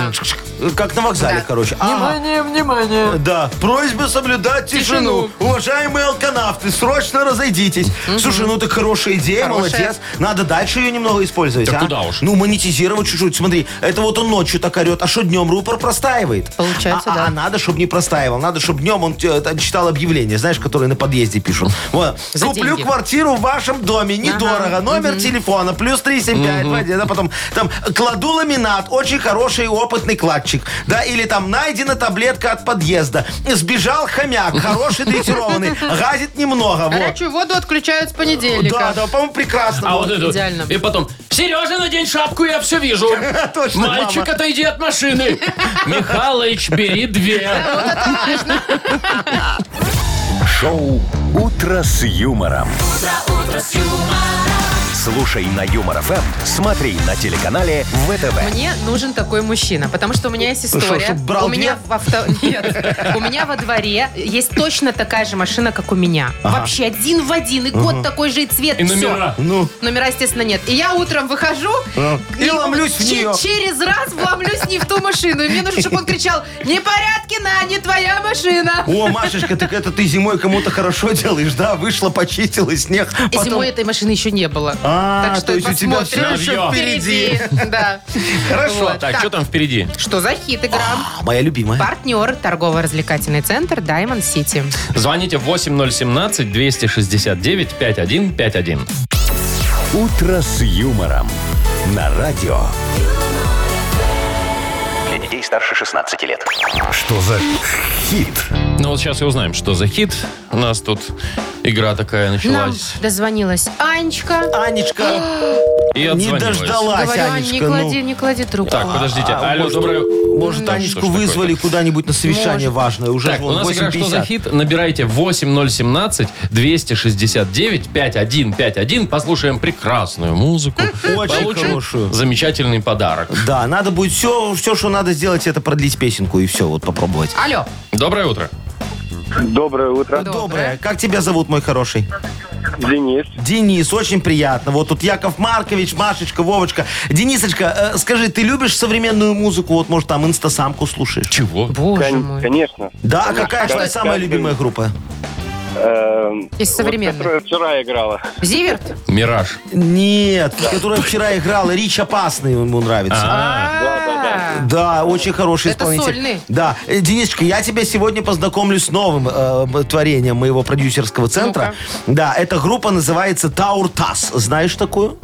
S4: там, э, как на вокзале,
S3: Да.
S4: короче. Ага.
S7: Внимание, внимание.
S4: Да, просьба соблюдать тишину. Уважаемые алканавты, срочно разойдитесь. Слушай, ну так хорошая идея,
S3: Хорошая.
S4: молодец. Надо дальше ее немного использовать.
S2: Да
S4: а?
S2: куда уж.
S4: Ну, монетизировать чуть-чуть. Смотри, это вот он ночью так орет, а что днем рупор простаивает.
S3: Получается,
S4: а,
S3: да.
S4: а надо, чтобы не простаивал. Надо, чтобы днем он э, там читал объявление, знаешь, которые на подъезде пишут. Вот.
S3: За
S4: Куплю
S3: деньги.
S4: квартиру в вашем доме. Недорого. Номер телефона плюс 375. Вадя, да, Потом там э, кладу ламинат. Очень хороший и опытный кладчик. Да, или там найдена таблетка от подъезда. Сбежал хомяк. Хороший дрессированный. Газит немного. Вот.
S3: Горячую воду отключают с понедельника.
S4: Да, да, по-моему, прекрасно.
S2: А
S4: Вот.
S2: вот это.
S3: Идеально.
S2: И потом, Сережа, надень шапку, я все вижу.
S4: Точно, мама.
S2: Мальчик, отойди от машины. Михалыч, бери две.
S1: Шоу «Утро с юмором». Слушай на Юмор ФМ, смотри на телеканале ВТВ.
S3: Мне нужен такой мужчина, потому что у меня есть история.
S4: чтоб брал
S3: у меня
S4: две?
S3: в авто... Нет. У меня во дворе есть точно такая же машина, как у меня. Вообще один в один, и год такой же, и цвет,
S2: И
S3: всё.
S2: номера.
S4: Ну,
S3: Номера, естественно, нет. И я утром выхожу
S4: И А, ломлюсь в
S3: че-
S4: неё.
S3: Через раз вломлюсь не в ту машину. И мне нужно, чтобы он кричал: Непорядки на, не твоя машина!
S4: о, Машечка, так это ты зимой кому-то хорошо делаешь, да? Вышла, почистила снег.
S3: И
S4: потом-
S3: зимой этой машины еще не было.
S4: А,
S3: так
S4: то
S3: что
S4: есть у тебя
S3: посмотрим.
S2: всё ещё
S4: впереди.
S3: Да.
S4: Хорошо.
S3: Вот.
S2: Так, что там впереди?
S3: Что за хит игра?
S4: А, Моя любимая.
S3: Партнер торгово-развлекательный центр Diamond City.
S2: Звоните 8017-269-5151.
S1: «Утро с юмором» на радио.
S5: Для детей старше 16 лет.
S1: Что за хит?
S2: Ну вот сейчас и узнаем, что за хит. У нас тут игра такая
S3: Нам
S2: началась.
S3: дозвонилась Анечка.
S4: Анечка,
S2: И
S4: не
S2: отзвонилась.
S4: дождалась,
S3: Говорю, Ань, не
S4: Анечка. ну.
S3: клади, не клади трубку.
S2: Так, подождите. Алло, доброе...
S4: А, Может,
S2: Да,
S4: Анечку
S2: что ж
S4: вызвали
S2: такое-то?
S4: куда-нибудь на совещание важное. Уже
S2: Так, у
S4: вон
S2: нас игра «Что за
S4: 8.50.
S2: хит?» Набирайте 8017-269-5151. Послушаем прекрасную музыку.
S4: Очень
S2: Получим
S4: хорошую.
S2: замечательный подарок.
S4: Да, надо будет все, все, что надо сделать, это продлить песенку и все, вот попробовать.
S3: Алло.
S2: Доброе утро.
S6: Доброе утро.
S4: Доброе. Как тебя зовут, мой хороший?
S6: Денис.
S4: Денис, очень приятно. Вот тут Яков Маркович, Машечка, Вовочка. Денисочка, э, скажи, ты любишь современную музыку? Вот, может, там инстасамку слушаешь?
S2: Чего?
S3: Боже
S6: Кон-
S3: мой.
S6: Конечно.
S4: Да, какая твоя самая любимая группа?
S6: Эм,
S3: Из
S6: вот,
S3: современных.
S6: которая вчера играла.
S3: Зиверт?
S2: Мираж.
S4: Нет, которая вчера играла. Рич Опасный ему нравится.
S3: А,
S4: Да, очень хороший
S3: Это
S4: исполнитель.
S3: сольный?
S4: Да. Э, Денисочка, я тебя сегодня познакомлю с новым э, творением моего продюсерского центра. Да, эта группа называется Тауртас. Знаешь такую?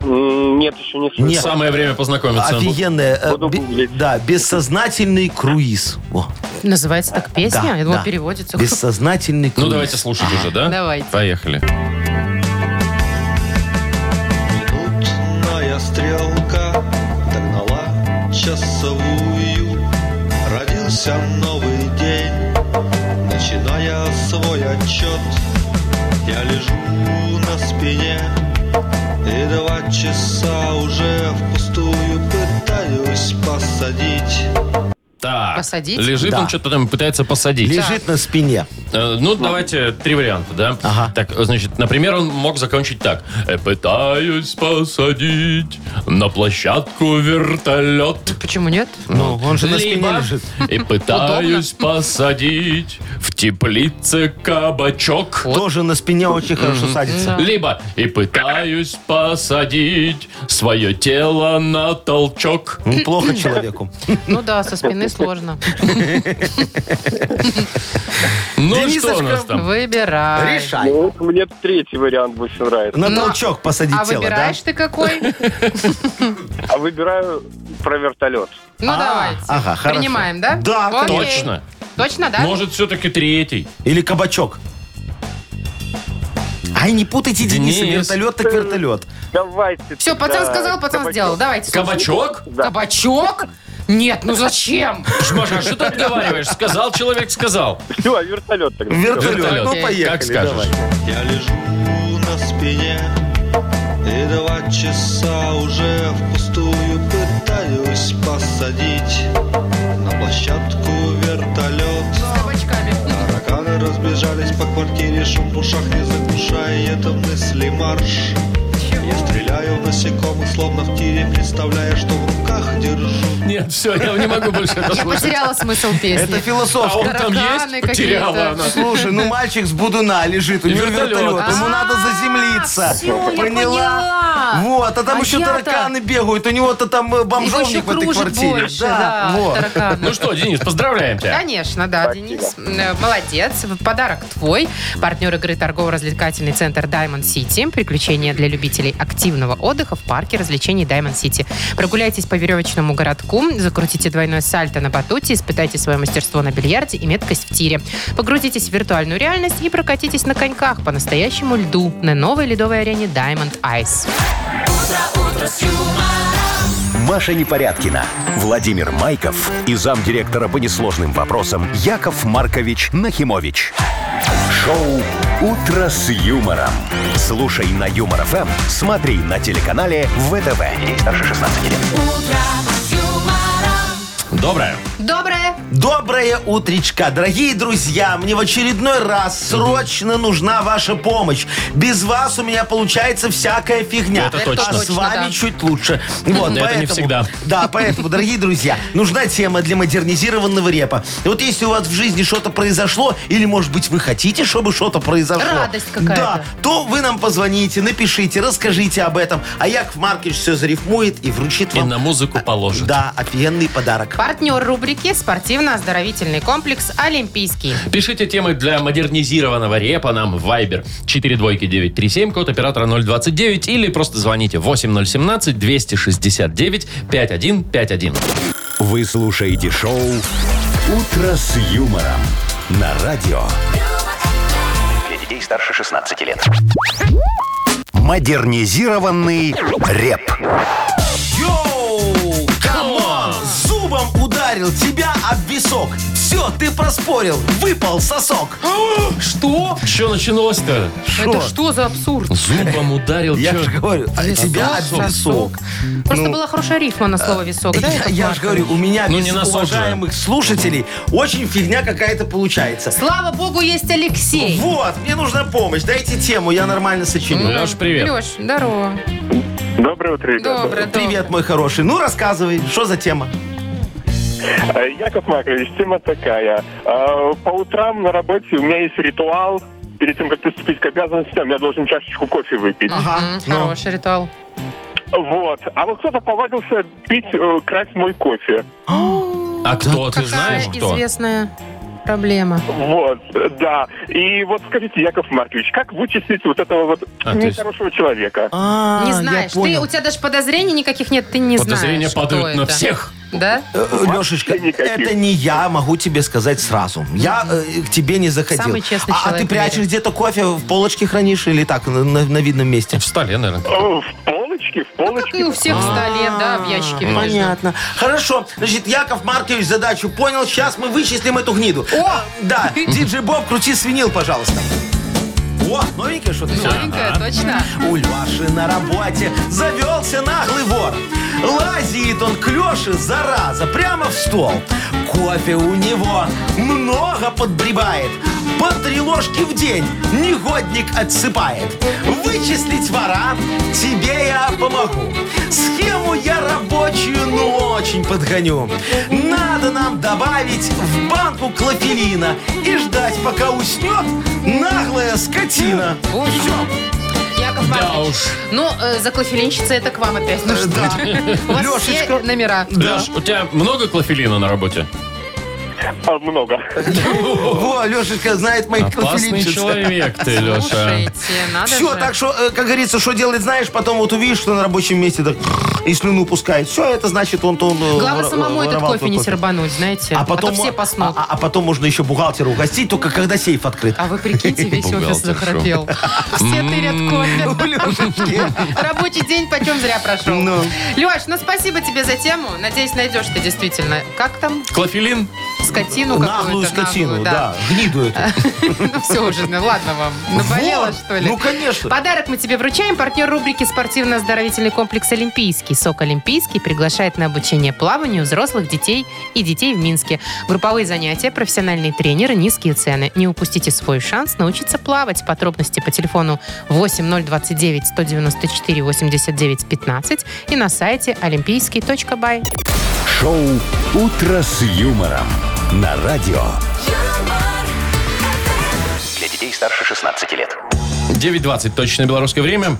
S6: М, Нет, еще не слышал.
S4: Нет.
S2: Самое время познакомиться.
S4: Офигенная. э,
S6: Буду
S4: бе-
S6: гуглить.
S4: да, бессознательный круиз. Во,
S3: Называется так песня?
S4: да,
S3: Я думала,
S4: да.
S3: переводится.
S4: Бессознательный круиз.
S2: Ну, давайте слушать уже, да?
S3: Давайте.
S2: Поехали.
S8: Минутная стрелка догнала часовую. Родился новый день, начиная свой отчет. Я лежу на спине, и два часа уже впустую пытаюсь посадить.
S2: Так.
S3: Посадить?
S2: Лежит
S4: Да.
S2: он что-то там, пытается посадить.
S4: Лежит на спине.
S2: Э, Ну, давайте три варианта, да?
S4: Ага.
S2: Так, значит, например, он мог закончить так. Э, Пытаюсь посадить на площадку вертолет.
S3: Почему нет?
S4: Ну, он же на спине
S2: Либо
S4: лежит.
S2: и пытаюсь посадить в теплице кабачок.
S4: Тоже на спине очень хорошо садится.
S2: Либо и пытаюсь посадить свое тело на толчок.
S4: Ну, Плохо человеку.
S3: Ну да, со спины сложно.
S2: Ну
S4: Денисочка,
S2: что у нас там?
S3: Выбирай.
S4: Решай.
S6: Ну, вот мне третий вариант больше нравится.
S4: На
S3: Но-
S4: толчок посадить
S3: А
S4: тело, да?
S3: выбираешь ты какой?
S6: А выбираю про вертолет.
S3: Ну
S4: А,
S3: давайте.
S4: ага, хорошо.
S3: Принимаем, да?
S4: Да,
S3: Окей.
S2: Точно.
S3: Точно, да?
S2: Может, все-таки третий.
S4: Или кабачок. Ай, не путайте Дениса,
S2: Денис.
S4: вертолет так вертолет.
S6: Давайте.
S3: Все, пацан
S6: да,
S3: сказал, пацан
S6: кабачок.
S3: сделал. Давайте. слушай.
S2: Кабачок?
S6: Да.
S3: Кабачок? Нет, ну зачем?
S2: Маша, а что ты отговариваешь? Сказал человек, сказал.
S6: Все, вертолет а тогда.
S4: Вертолет.
S2: Вертолет.
S4: Ну,
S3: Окей,
S4: поехали.
S2: Как скажешь.
S4: давай.
S8: Я лежу на спине И два часа уже впустую пытаюсь посадить На площадку вертолет
S3: Кабачками.
S8: Тараканы разбежались по квартире Шум в ушах не заглушая мысли марш Я стреляю в насекомых, словно в тире, представляя, что в руках держу.
S2: Нет, все, я не могу больше это
S3: Я
S2: слушать.
S3: потеряла смысл песни.
S4: Это
S2: А
S4: философски.
S2: он там
S3: Тараканы
S2: есть? Потеряла
S3: какие-то.
S2: она.
S4: Слушай, ну мальчик с Будуна лежит, у
S2: И
S4: него
S2: вертолет.
S4: вертолет, ему
S3: А,
S4: надо заземлиться.
S3: всё, я поняла.
S4: Вот, а там
S3: А
S4: еще
S3: я-то-
S4: тараканы бегают, у него-то там э,
S3: Его еще
S4: бомжовник в этой
S3: кружит
S4: квартире.
S3: больше, да,
S4: вот.
S3: тараканы.
S2: Ну что, Денис, поздравляем тебя.
S3: Конечно, да, Денис. Э, Молодец. Подарок твой. Партнер игры торгово-развлекательный центр Diamond City. Приключения для любителей активного отдыха в парке развлечений Diamond City. Прогуляйтесь по веревочному городку, закрутите двойное сальто на батуте, испытайте свое мастерство на бильярде и меткость в тире. Погрузитесь в виртуальную реальность и прокатитесь на коньках по настоящему льду на новой ледовой арене Diamond Ice.
S1: Маша Непорядкина, Владимир Майков и замдиректора по несложным вопросам Яков Маркович Нахимович. Шоу «Утро с юмором». Слушай на Юмор ФМ, смотри на телеканале ВТВ. Здесь старше 16 лет.
S2: Доброе.
S3: Доброе
S4: Доброе утречка, дорогие друзья! Мне в очередной раз срочно нужна ваша помощь. Без вас у меня получается всякая фигня.
S2: Это точно.
S4: А с
S3: Точно,
S4: вами
S3: да.
S4: чуть лучше. Вот,
S2: Это не
S4: поэтому,
S2: всегда.
S4: Да, поэтому, дорогие друзья, нужна тема для модернизированного репа. И вот если у вас в жизни что-то произошло, или, может быть, вы хотите, чтобы что-то произошло.
S3: Радость какая-то.
S4: Да, то вы нам позвоните, напишите, расскажите об этом. А Яков Маркович все зарифмует и вручит
S2: И
S4: вам...
S2: на музыку положит.
S4: Да, офигенный подарок.
S3: Партнер рубрики «Спортивно-оздоровительный комплекс Олимпийский».
S2: Пишите темы для модернизированного репа нам в Viber 42937, код оператора 029, или просто звоните 8017-269-5151.
S1: Вы слушаете шоу «Утро с юмором» на радио
S5: Для детей старше 16 лет.
S1: «Модернизированный реп».
S4: Йоу! Камон! Зубом ударил тебя об висок. Все, ты проспорил. Выпал сосок.
S2: Что? Что началось-то?
S3: Это что за абсурд?
S2: Зубом ударил.
S4: Я
S2: чё?
S4: же говорю, а тебя
S2: сосок.
S4: об висок.
S3: Просто была хорошая рифма на слово «висок», да?
S4: Ну, э, Я,
S3: Яков
S4: я
S3: Маркович?
S4: же говорю, у меня
S2: Ну,
S4: без
S2: не на сок же.
S4: уважаемых слушателей очень фигня какая-то получается.
S3: Слава богу, есть Алексей.
S4: Вот, мне нужна помощь. Дайте тему, я нормально сочиню.
S2: Леш, Ну, привет.
S3: Леш, здорово.
S6: Доброе утро, ребята.
S3: Доброе,
S4: Привет, мой хороший. Ну, рассказывай, что за тема?
S6: Э, Яков Маркович, тема такая. Э, По утрам на работе у меня есть ритуал. Перед тем, как приступить к обязанностям, я должен чашечку кофе выпить.
S4: Ага. ну.
S3: М, Хороший ритуал.
S6: Вот. А вот кто-то повадился пить, э, красть мой кофе.
S2: А кто, ты
S3: Какая
S2: знаешь кто?
S3: известная проблема.
S6: Вот, э, да. И вот скажите, Яков Маркович, как вычислить вот этого вот
S2: А, то есть-
S6: нехорошего человека?
S4: А,
S3: не
S4: я
S3: знаешь. Ты,
S4: понял.
S3: у тебя даже подозрений никаких нет, ты не
S2: Подозрения
S3: знаешь, кто
S2: падают на
S3: это.
S2: всех.
S3: Да?
S4: Э, Лешечка,
S6: Вообще никаких.
S4: это не я, могу тебе сказать сразу. Я э, к тебе не заходил.
S3: Самый честный
S4: а, а
S3: человек
S4: ты
S3: в мире.
S4: прячешь где-то кофе, в полочке хранишь или так, на, на- на видном месте?
S2: В столе, наверное.
S6: Э, В полочке, в
S3: Как
S6: полочке.
S3: и у всех в столе, да, в ящике.
S4: А,
S3: между.
S4: Понятно. Хорошо. Значит, Яков Маркович задачу понял. Сейчас мы вычислим эту гниду.
S3: О!
S4: Э, Да. Диджей Боб, крути свинил, пожалуйста. О, новенькое что-то.
S3: Новенькая, точно.
S4: У Леши на работе завелся наглый вор. Лазит он к Леше, зараза, прямо в стол. Кофе у него много подбребает. По три ложки в день негодник отсыпает. Вычислить вора тебе я помогу. Схему я рабочую, ну очень подгоню. Надо нам добавить в банку клофелина и ждать, пока уснет наглая скотина.
S3: Боже мой. Яков
S2: Да
S3: Маркович,
S2: уж.
S3: ну, э, за клофелинщица это к вам опять нужно.
S4: Да.
S3: У вас все
S4: Лешечка.
S3: номера.
S2: Леш, у тебя много клофелина на работе?
S6: А, Много.
S4: Во, Лешечка знает моих
S2: Опасный человек ты, Леша.
S3: Слушайте, надо
S4: Все,
S3: же.
S4: так что, э, как говорится, что делать, знаешь, потом вот увидишь, что на рабочем месте так и слюну пускает. Все, это значит, он то он. э,
S3: Главное
S4: вор-
S3: самому этот
S4: воровал
S3: кофе
S4: твой
S3: не сербануть, знаете.
S4: А потом,
S3: то все поснут.
S4: а- а- а потом можно еще бухгалтера угостить, только когда сейф открыт.
S3: А вы прикиньте, весь офис
S2: Бухгалтер
S3: захрапел. Все тырят
S4: У
S3: кофе.
S4: Лешечки.
S3: Рабочий день почем зря прошел.
S4: Ну.
S3: Леш, ну спасибо тебе за тему. Надеюсь, найдешь ты действительно. Как там?
S2: Клофелин?
S3: скотину какую-то.
S4: Наглую скотину, да. Гниду эту.
S3: Ну все уже, ну ладно вам. Наболело,
S4: Вот,
S3: что ли?
S4: ну, конечно.
S3: Подарок мы тебе вручаем. Партнер рубрики «Спортивно-оздоровительный комплекс Олимпийский». СОК «Олимпийский» приглашает на обучение плаванию взрослых детей и детей в Минске. Групповые занятия, профессиональные тренеры, низкие цены. Не упустите свой шанс научиться плавать. Подробности по телефону 8029 194 89 15 и на сайте олимпийский.бай.
S1: Шоу «Утро с юмором» на радио.
S7: юмор,
S5: Для детей старше 16 лет.
S2: 9.20, точное белорусское время.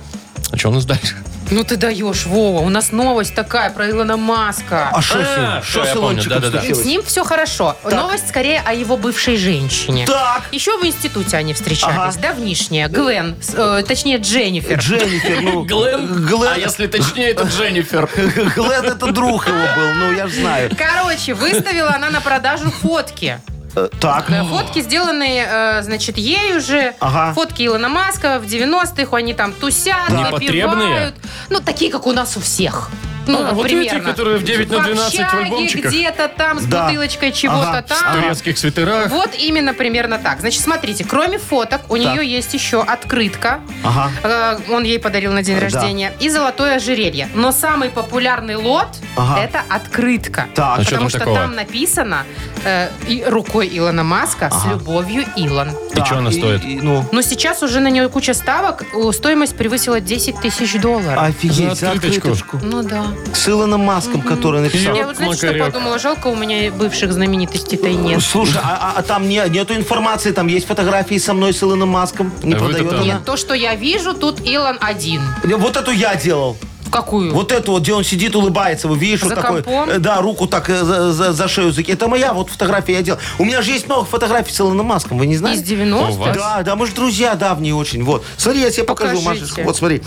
S2: А что у нас дальше?
S3: Ну ты даешь, Вова, у нас новость такая про Илона Маска.
S4: А что с
S2: А,
S4: ним?
S2: всё,
S4: Что
S2: я
S4: с
S2: помню,
S4: Илончиком
S2: да-да-да.
S4: случилось?
S3: С ним все хорошо. Новость скорее о его бывшей женщине.
S4: Так.
S3: Еще в институте они встречались,
S4: Ага.
S3: давнишняя. Глен, с- э, точнее Дженнифер.
S4: Дженнифер, ну... Глен-
S2: А если точнее, это Дженнифер.
S4: Глен это друг его был, ну я ж знаю.
S3: Короче, выставила она на продажу фотки.
S4: Э, Так.
S3: Э, Фотки, сделанные, э, значит, ей уже.
S4: Ага.
S3: Фотки Илона Маска в 90-х. Они там тусят,
S2: Да.
S3: выпивают.
S2: Непотребные?
S3: Ну, такие, как у нас у всех. Ну,
S2: А, вот эти,
S3: примерно.
S2: которые в 9 на 12 в
S3: общаге
S2: альбомчиках.
S3: где-то там с
S4: Да.
S3: бутылочкой чего-то
S4: Ага.
S2: В
S3: там.
S2: турецких свитерах.
S3: Вот именно примерно так. Значит, смотрите, кроме фоток, у нее есть еще открытка.
S4: Ага.
S3: Э, Он ей подарил на день
S4: Да.
S3: рождения. И золотое ожерелье. Но самый популярный лот
S4: Ага.
S3: это открытка.
S4: Так. А
S2: чё
S3: Потому
S2: там
S3: что
S2: такого?
S3: там написано э, и рукой Илона Маска с любовью Илон.
S2: И что она
S4: Так,
S2: стоит?
S4: и- Ну,
S3: Но сейчас уже на нее куча ставок. Э, Стоимость превысила 10 тысяч
S4: А
S3: долларов.
S4: офигеть,
S2: За
S4: за
S2: открыточку.
S4: открыточку.
S3: Ну да.
S4: С Илоном Маском, который написал.
S3: Я вот знаете, что
S2: Макарек.
S3: подумала? Жалко, у меня и бывших знаменитостей-то и нет.
S4: Слушай, а, а- а там не- нету информации, там есть фотографии со мной с Илоном Маском, не
S2: А вы-то
S4: продает
S2: там-
S4: она.
S3: То, что я вижу, тут Илон один.
S4: Вот эту я делал.
S3: В какую?
S4: Вот эту вот, где он сидит, улыбается, вы видишь,
S3: За
S4: вот такой,
S3: компом?
S4: э, да, руку так э, за, за- за шею заки. Это моя вот фотография я делал. У меня же есть много фотографий с Илоном Маском, вы не
S3: Из
S4: знаете?
S3: 90-х?
S2: У вас?
S4: Да, да, мы же друзья давние очень. Вот, смотри, я тебе покажу,
S3: Покажите.
S4: Машечка. Вот, смотри.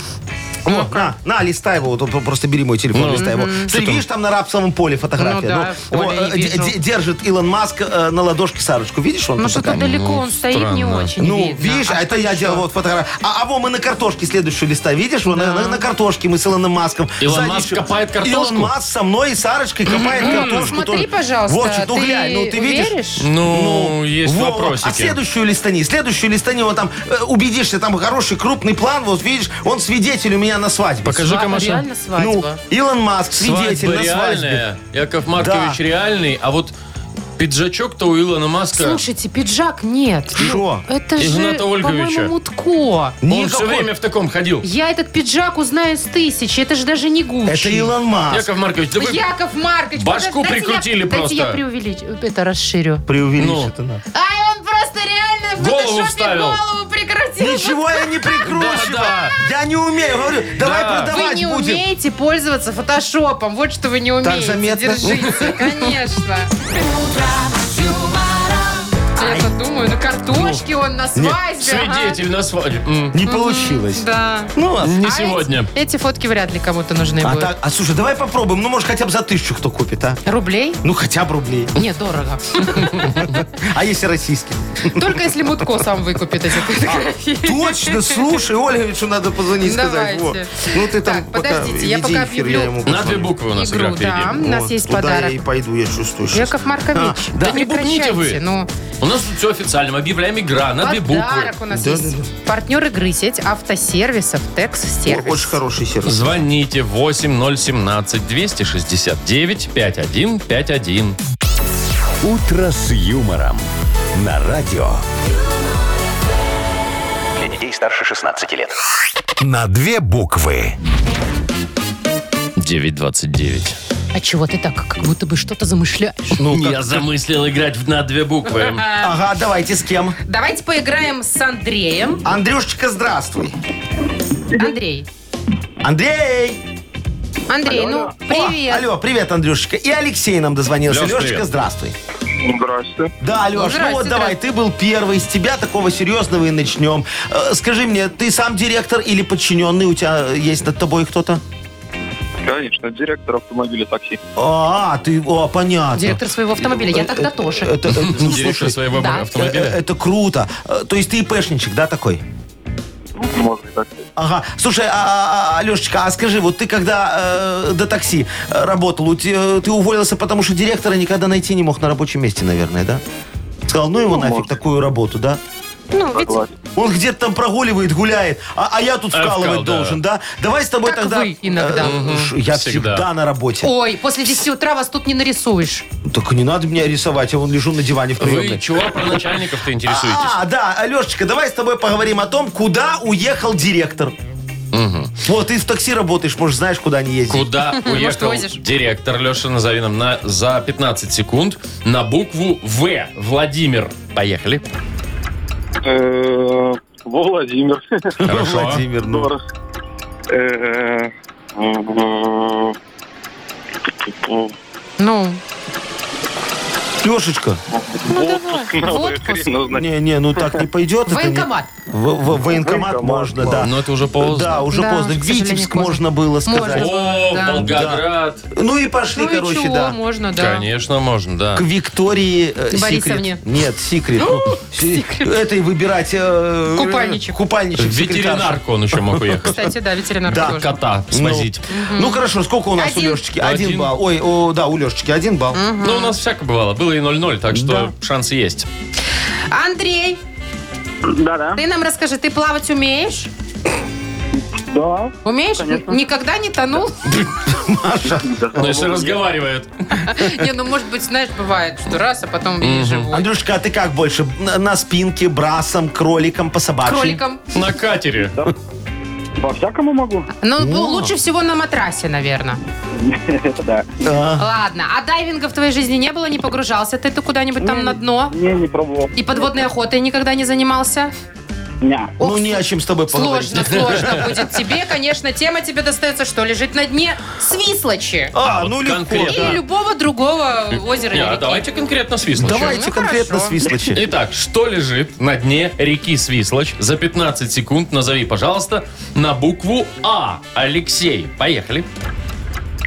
S4: Вот, на, на, листай его, вот, вот, просто бери мой телефон, листай его. Смотри, видишь, там на рапсовом поле
S3: Ну
S4: фотография.
S3: да, поле
S4: вот,
S3: я
S4: э, д-
S3: вижу.
S4: д- держит Илон Маск э, на ладошке Сарочку. Видишь, он
S3: Ну
S4: тут
S3: что-то
S4: такая?
S3: далеко
S2: Ну,
S3: он стоит, не
S2: странно.
S3: очень
S4: Ну,
S3: видно.
S4: видишь, а это я делал вот фотографию. А, а вон мы на картошке следующую листа, видишь? Вон на, на картошке мы с Илоном Маском.
S2: Илон
S4: Сзади
S2: Маск
S4: еще-
S2: копает картошку?
S4: Илон Маск со мной и Сарочкой копает картошку.
S3: Смотри,
S4: тоже.
S3: пожалуйста,
S4: Вовчик, ну
S3: ты
S4: глянь, ну ты видишь?
S3: веришь?
S2: Ну, есть
S4: Во, А
S2: вопросики.
S4: следующую листани, следующую листани, вот там э, убедишься, там хороший крупный план, вот видишь, он свидетель у меня на свадьбе.
S2: Покажи-ка,
S3: Ладно,
S2: Маша.
S3: реально свадьба.
S4: Ну, Илон Маск,
S2: Свадьба
S4: свидетель на свадьбе.
S2: реальная. Яков Маркович
S4: Да.
S2: реальный, а вот пиджачок-то у Илона Маска...
S3: Слушайте, пиджак нет. Ну,
S4: Что? Ну,
S3: Это же,
S2: Игната Ольговича.
S3: по-моему, Мутко.
S2: он все
S4: никакой-
S2: время в таком ходил.
S3: Я этот пиджак узнаю с тысячи. Это же даже не Гуччи. Ну,
S4: Это Илон Маск.
S2: Яков Маркович, да вы...
S3: Яков Маркович,
S2: Башку
S3: подожди,
S2: прикрутили
S3: дайте я,
S2: просто.
S3: Дайте я преувеличу, это расширю.
S4: Преувеличь
S2: Ну.
S4: это надо.
S3: А он просто реально в
S2: Голову
S3: фотошопе
S2: вставил.
S3: голову прикрутил.
S4: Ничего я не прикручиваю.
S2: Да,
S4: Я не умею. Говорю, давай
S2: Да.
S3: Вы
S4: продавать
S3: не
S4: будем.
S3: умеете пользоваться фотошопом. Вот что вы не умеете.
S4: заметно.
S3: Держите, конечно. Я-то думаю, на картошке он, на свадьбе.
S2: Свидетель на свадьбе. М,
S4: Не
S3: ага.
S4: получилось.
S3: Да.
S4: Ну ладно.
S2: Не
S3: А
S2: сегодня.
S3: Эти, эти фотки вряд ли кому-то нужны
S4: А,
S3: будут.
S4: так, а слушай, давай попробуем. Ну, может, хотя бы за тысячу кто купит, а?
S3: Рублей?
S4: Ну, хотя бы рублей.
S3: Не, дорого.
S4: А если российский?
S3: Только если Мутко сам выкупит эти фотографии.
S4: Точно, слушай, Ольговичу надо позвонить сказать.
S3: Давайте.
S4: Во. Ну, ты там
S3: Так,
S4: пока
S3: подождите, я
S4: веди
S3: пока
S4: эфир,
S3: объявлю.
S4: я ему
S2: На две
S4: позвоню.
S2: буквы у нас игра
S3: Игру, да. У
S2: впереди.
S3: нас
S4: Вот,
S3: есть
S4: туда
S3: подарок.
S4: я и пойду, я чувствую сейчас.
S3: Яков Маркович,
S4: А, да.
S2: Да не бубните вы.
S3: прекращайте, Ну,
S2: У нас тут все официально. Мы объявляем игра на две буквы.
S3: подарок у нас
S4: Да,
S3: есть.
S4: да,
S3: Партнер игры сеть автосервисов Текс
S4: О, Очень
S3: Сервис.
S4: хороший сервис.
S2: Звоните 8017-269-5151.
S1: «Утро с юмором» на радио.
S5: Для детей старше 16 лет.
S1: На две буквы.
S2: 929.
S3: А чего ты так, как будто бы что-то замышляешь?
S4: Ну,
S2: Я замыслил играть в- на две буквы. Ну,
S3: А.
S4: Ага, давайте с кем?
S3: Давайте поиграем с Андреем.
S4: Андрюшечка, здравствуй.
S3: Андрей.
S4: Андрей!
S3: Андрей, ну,
S4: О,
S3: привет.
S4: алло, привет, Андрюшечка. И Алексей нам дозвонился.
S2: Лёш,
S4: Лешечка,
S2: привет.
S4: здравствуй.
S6: Здрасте.
S4: Да, Леш, ну
S3: здрасте,
S4: вот давай,
S3: здрасте.
S4: ты был первый, с тебя такого серьезного и начнем. Э, Скажи мне, ты сам директор или подчиненный? У тебя есть над тобой кто-то?
S6: Конечно, директор автомобиля такси.
S4: А, ты, о, понятно.
S3: Директор своего автомобиля. Я тогда тоже.
S4: Это, э, ну,
S2: Директор
S4: слушай,
S2: своего
S3: да.
S4: э, э,
S2: автомобиля.
S4: это круто. Э, То есть ты ИПшничек, да, такой?
S6: Можно и так. сказать.
S4: Ага. Слушай, а, а, а, Алешечка, а скажи, вот ты когда э, до такси э, работал, у те- ты уволился, потому что директора никогда найти не мог на рабочем месте, наверное, да? Сказал, ну его нафиг
S6: может.
S4: такую работу, да?
S3: Ну, ведь
S6: Согласен.
S4: Он где-то там прогуливает, гуляет, а, а я тут
S2: А,
S4: вкалывать
S2: вкал, да.
S4: должен, да? Давай с тобой
S3: Как
S4: тогда...
S3: вы иногда.
S4: Э, ш- Я
S2: Всегда.
S4: всегда. на работе.
S3: Ой, после 10 утра вас тут не нарисуешь.
S4: Так не надо меня рисовать, я вон лежу на диване в
S2: Вы
S4: приемной.
S2: чего про начальников-то интересуетесь?
S4: А, да, Алешечка, давай с тобой поговорим о том, куда уехал директор. Вот, ты в такси работаешь, может, знаешь, куда они ездят.
S2: Куда
S3: Может,
S2: уехал
S3: возишь?
S2: директор Леша, назови нам на, за 15 секунд на букву В. Владимир. Поехали.
S6: Э, Во Владимир.
S2: Хорошо.
S4: Владимир, ну.
S6: Здорово. Э, в- в-
S3: Ну,
S4: Лешечка,
S6: в отпуск
S3: давай, в
S6: надо
S3: отпуск.
S6: хрен его знает.
S4: не, не, ну так не пойдет. это не-
S3: военкомат.
S4: В- в- в Военкомат можно, да.
S2: Но это уже поздно.
S4: Да, уже
S3: Да,
S4: поздно.
S3: к сожалению,
S4: Витебск
S3: поздно.
S4: можно было сказать.
S3: Можно.
S2: О,
S3: Да.
S2: Волгоград.
S4: Ну и пошли,
S3: Ну и
S4: короче,
S3: чего,
S4: да.
S3: можно, да.
S2: Конечно, можно, да.
S4: К Виктории э,
S3: Борисовне.
S4: Секрет. Нет, секрет. Ну, се- Этой выбирать... э,
S3: Купальничек.
S4: Купальничек. секретарша.
S2: Ветеринарку он еще мог уехать.
S3: Кстати, да, ветеринар
S4: Да,
S3: тоже.
S2: Кота свозить.
S4: Ну хорошо, сколько у нас
S3: Один.
S4: у Лешечки?
S2: Один.
S4: Один, балл. Ой, о, да, у Лешечки один балл.
S2: Ну, у нас всяко бывало. Было и 0-0, так что шанс есть.
S3: Андрей,
S6: Да-да.
S3: ты нам расскажи, ты плавать умеешь?
S6: Да.
S3: Умеешь? Н- Никогда не тонул?
S2: Но если разговаривает.
S3: Не, ну, может быть, знаешь, бывает, что раз, а потом и живой.
S4: Андрюшка, а ты как больше? На, на спинке, брасом, кроликом, по
S3: а
S4: собачьи?
S3: Кроликом.
S2: На катере.
S6: Во всякому могу.
S3: Ну, ну, лучше всего на матрасе, наверное.
S6: Это да.
S4: Да.
S3: Ладно. А дайвинга в твоей жизни не было, не погружался? Ты ты куда-нибудь там на дно?
S6: Не, не пробовал.
S3: И подводной охотой никогда не занимался?
S6: Ня.
S4: ну не о чем с тобой поговорить.
S3: Сложно, сложно будет тебе. Конечно, тема тебе достается, что лежит на дне свислочи.
S4: А,
S2: А,
S4: ну
S2: вот
S4: легко.
S2: конкретно.
S4: да.
S3: Или любого другого озера
S2: Не,
S3: или
S2: а
S3: реки.
S2: давайте конкретно свислочь.
S4: Давайте
S3: Ну,
S4: конкретно
S3: хорошо.
S4: свислочи.
S2: Итак, что лежит на дне реки Свислочь? За 15 секунд назови, пожалуйста, на букву А. Алексей, поехали.